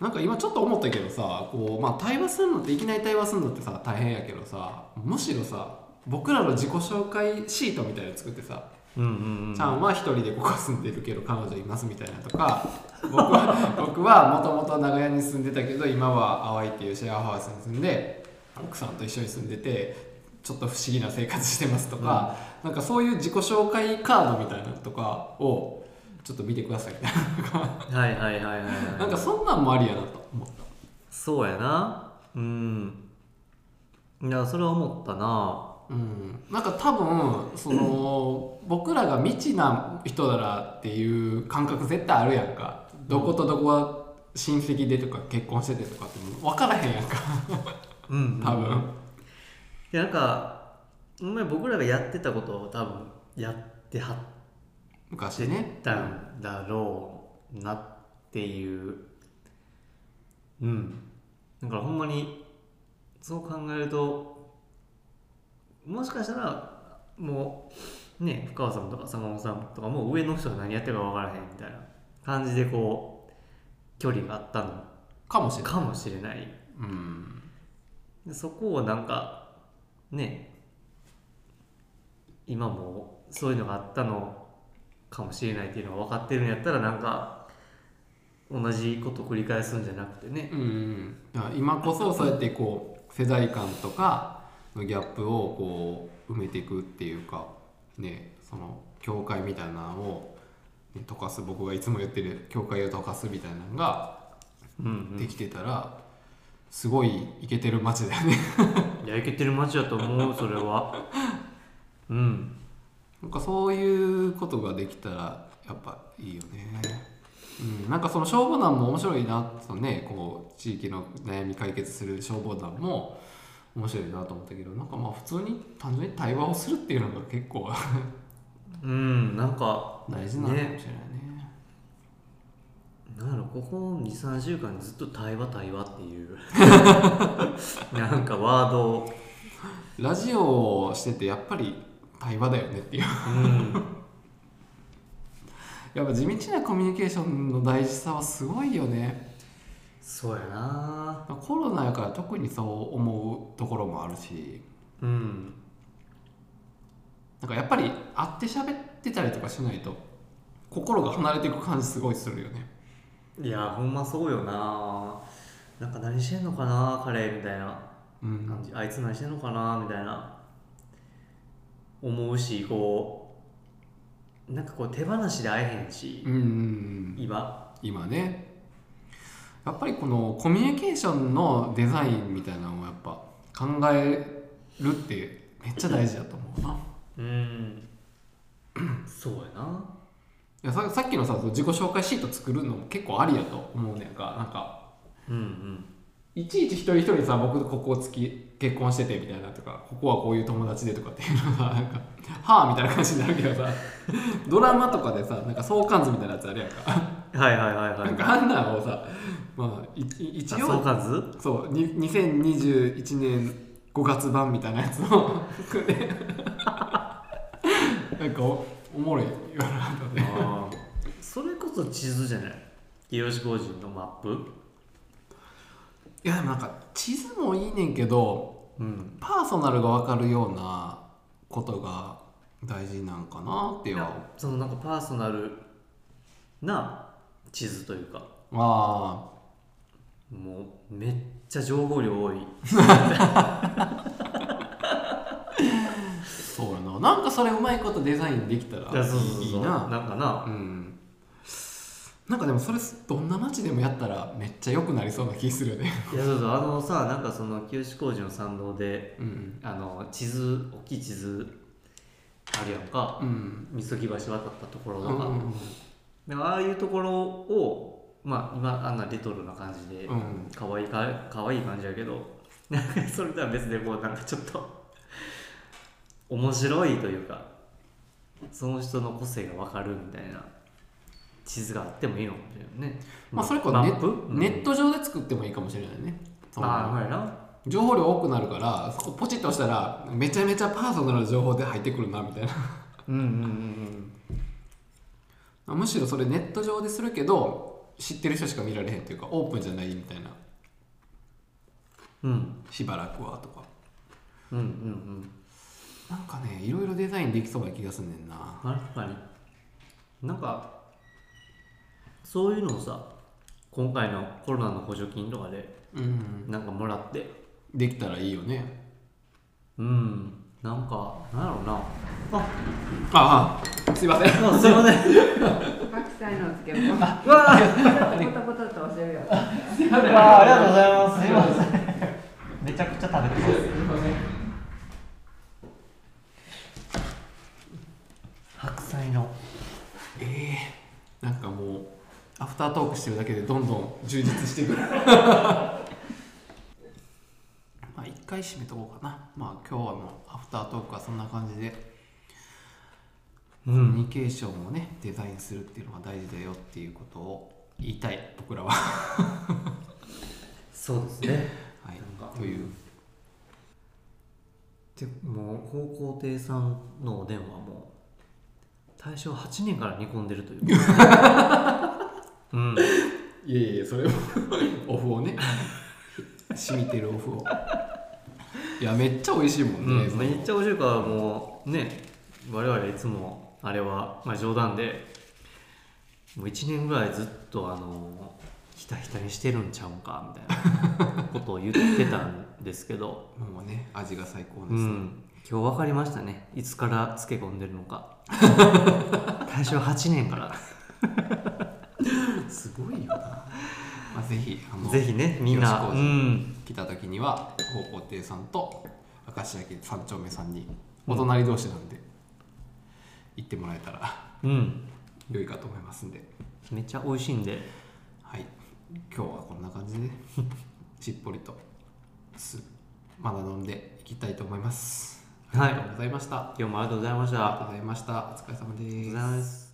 Speaker 3: なんか今ちょっと思ったけどさこう、まあ、対話するのっていきなり対話するのってさ大変やけどさむしろさ僕らの自己紹介シートみたいなの作ってさ
Speaker 2: うんうんうん
Speaker 3: ちゃんは一人でここ住んでるけど彼女いますみたいなとか僕は僕はもともと長屋に住んでたけど今は淡いっていうシェアハウスに住んで奥さんと一緒に住んでてちょっと不思議な生活してますとか、なんかそういう自己紹介カードみたいなのとかをちょっと見てくださいみたい
Speaker 2: はいはいはいはい、はい、
Speaker 3: ななんかそんなんもありやなと思った
Speaker 2: そうやなうんいやそれは思ったな
Speaker 3: うん、なんか多分その僕らが未知な人だなっていう感覚絶対あるやんかどことどこは親戚でとか結婚しててとかってもう分からへんやんか
Speaker 2: うん
Speaker 3: 多分、
Speaker 2: いやなんかお前僕らがやってたことを多分やってはっ
Speaker 3: 昔
Speaker 2: て
Speaker 3: ね
Speaker 2: たんだろうなっていううんだからほんまにそう考えるともしかしたらもうね深川さんとか坂本さんとかもう上の人が何やってるか分からへんみたいな感じでこう距離があったの
Speaker 3: かもしれない、
Speaker 2: かもしれない
Speaker 3: うん、
Speaker 2: でそこをなんかね今もそういうのがあったのかもしれないっていうのが分かってるんやったらなんか同じこと繰り返すんじゃなくてね
Speaker 3: うん、だから今こそそうやってこう世代間とかのギャップをこう埋めていくっていうかねその境界みたいなのを、ね、溶かす僕がいつも言ってる境界を溶かすみたいなのが
Speaker 2: うん、
Speaker 3: できてたらすごいイケてる街だよね
Speaker 2: うん、いやいけてる街だと思うそれは うん
Speaker 3: なんかそういうことができたらやっぱいいよねうん、なんかその消防団も面白いなとねこう地域の悩み解決する消防団も面白いなと思ったけどなんかまあ普通に単純に対話をするっていうのが結構
Speaker 2: うんなんか
Speaker 3: 大事なのかもしれないね
Speaker 2: ねなんだろうここ23週間ずっと対話対話っていう なんかワードを
Speaker 3: ラジオをしててやっぱり対話だよねっていう
Speaker 2: うん
Speaker 3: やっぱ地道なコミュニケーションの大事さはすごいよね
Speaker 2: そうやな
Speaker 3: コロナやから特にそう思うところもあるし
Speaker 2: うん
Speaker 3: なんかやっぱり会って喋ってたりとかしないと心が離れていく感じすごいするよね
Speaker 2: いやほんまそうよななんか何してんのかな彼みたいな
Speaker 3: うん
Speaker 2: 感じ、あいつ何してんのかなみたいな思うしこうなんかこう手放しで会えへんし、
Speaker 3: うんうんうん
Speaker 2: 今
Speaker 3: 今ねやっぱりこのコミュニケーションのデザインみたいなのをやっぱ考えるってめっちゃ大事だと思うな
Speaker 2: うんそうやない
Speaker 3: やささっきのさ自己紹介シート作るのも結構ありやと思うねんかなんか
Speaker 2: うんうん
Speaker 3: いちいち一人一人さ僕ここ月結婚しててみたいなとかここはこういう友達でとかっていうのがなんかはあみたいな感じになるけどさ ドラマとかでさなんか相関図みたいなやつあるやんか
Speaker 2: はいはいはいは
Speaker 3: なん
Speaker 2: い
Speaker 3: かあんなんをさまあいい一
Speaker 2: あ
Speaker 3: 応
Speaker 2: そうかず
Speaker 3: そうに2021年5月版みたいなやつを なんかおおもろいよなと思って
Speaker 2: それこそ地図じゃない清志工人のマップ
Speaker 3: いやでもなんか地図もいいねんけど
Speaker 2: うん
Speaker 3: パーソナルが分かるようなことが大事なんかなって
Speaker 2: い
Speaker 3: いう
Speaker 2: や
Speaker 3: あ
Speaker 2: そのなんかパーソナルな地図というか
Speaker 3: あ
Speaker 2: もうめっちゃ情報量多い
Speaker 3: そうやななんかそれうまいことデザインできたら
Speaker 2: いやそうそうそう
Speaker 3: いいな
Speaker 2: なんかな
Speaker 3: うんなんかでもそれどんな街でもやったらめっちゃ良くなりそうな気するよね
Speaker 2: いやそうそうあのさなんかその清志工事の参道で
Speaker 3: うん
Speaker 2: あの地図大きい地図あるやんか
Speaker 3: うん
Speaker 2: 三木橋渡ったところ
Speaker 3: う
Speaker 2: と
Speaker 3: ん
Speaker 2: か、
Speaker 3: うん
Speaker 2: でああいうところをまあ今あんなレトロな感じで、
Speaker 3: うん
Speaker 2: 可愛いか可愛い感じやけど なんかそれとは別でこうなんかちょっと面白いというかその人の個性が分かるみたいな地図があってもいいのかもしれないね
Speaker 3: まあ、それこそ
Speaker 2: マ
Speaker 3: ネ
Speaker 2: ップうん
Speaker 3: ネット上で作ってもいいかもしれないね。その
Speaker 2: ああほやな
Speaker 3: 情報量多くなるから、そこポチッと押したら、めちゃめちゃパーソナルな情報で入ってくるなみたいな。
Speaker 2: うんうんうん
Speaker 3: むしろそれネット上でするけど、知ってる人しか見られへんっていうか、オープンじゃないみたいな、
Speaker 2: うんうん
Speaker 3: しばらくはとか。
Speaker 2: うんうんうん
Speaker 3: なんかね、いろいろデザインできそうな気がすんねんな。
Speaker 2: 確かになんかそういうのをさ今回のコロナの補助金とかで
Speaker 3: うん。
Speaker 2: なんかもらって
Speaker 3: できたらいいよね。
Speaker 2: うんなんかなんやろうなあ
Speaker 3: ああ、すいません。
Speaker 2: あすいません
Speaker 4: 白菜の漬物。ポ
Speaker 2: うわあ
Speaker 4: トポトと教えるよ。
Speaker 2: ありがとうございますすいませんめちゃくちゃ食べてます白菜の
Speaker 3: ええなんかもう、アフタートークしてるだけでどんどん充実してくる。 まあ、一回締めとこうかな。まあ、今日はもう、アフタートークはそんな感じで、
Speaker 2: う
Speaker 3: コミュ
Speaker 2: ん
Speaker 3: ニケーションをね、デザインするっていうのが大事だよっていうことを言いたい、僕ら は。
Speaker 2: そうですね
Speaker 3: はい
Speaker 2: なんか、
Speaker 3: という。
Speaker 2: でもう方向亭さんのお電話も大正8年から煮込んでるといううん
Speaker 3: いえいえ、それを、オフをね、染みてるオフを。 いや、めっちゃ美味しいもんね。
Speaker 2: うん、めっちゃ美味しいからもうね我々いつもあれは、まあ、冗談でもう1年ぐらいずっとあのひたひたにしてるんちゃうんかみたいなことを言ってたんですけど、
Speaker 3: もうね、味が最高です
Speaker 2: う
Speaker 3: ね。
Speaker 2: ん、今日分かりましたねいつから漬け込んでるの か大正8年から
Speaker 3: すごいよな。まあ、ぜひ、あの
Speaker 2: ぜひねみんな、
Speaker 3: よ
Speaker 2: う
Speaker 3: ろしくお願いし
Speaker 2: ん、
Speaker 3: 来た時には、方向亭さんと明石焼三丁目さんに、お隣同士なんで、行ってもらえたら
Speaker 2: うん、
Speaker 3: 良いかと思いますんで、
Speaker 2: めっちゃ美味しいんで
Speaker 3: はい。今日はこんな感じで、 しっぽりと、す、まだ飲んでいきたいと思います。
Speaker 2: はい
Speaker 3: ありがとうございました。あ
Speaker 2: 今日もありがとうございました
Speaker 3: りがとうございました。お疲れ様
Speaker 2: あり
Speaker 3: です。
Speaker 2: がとうございます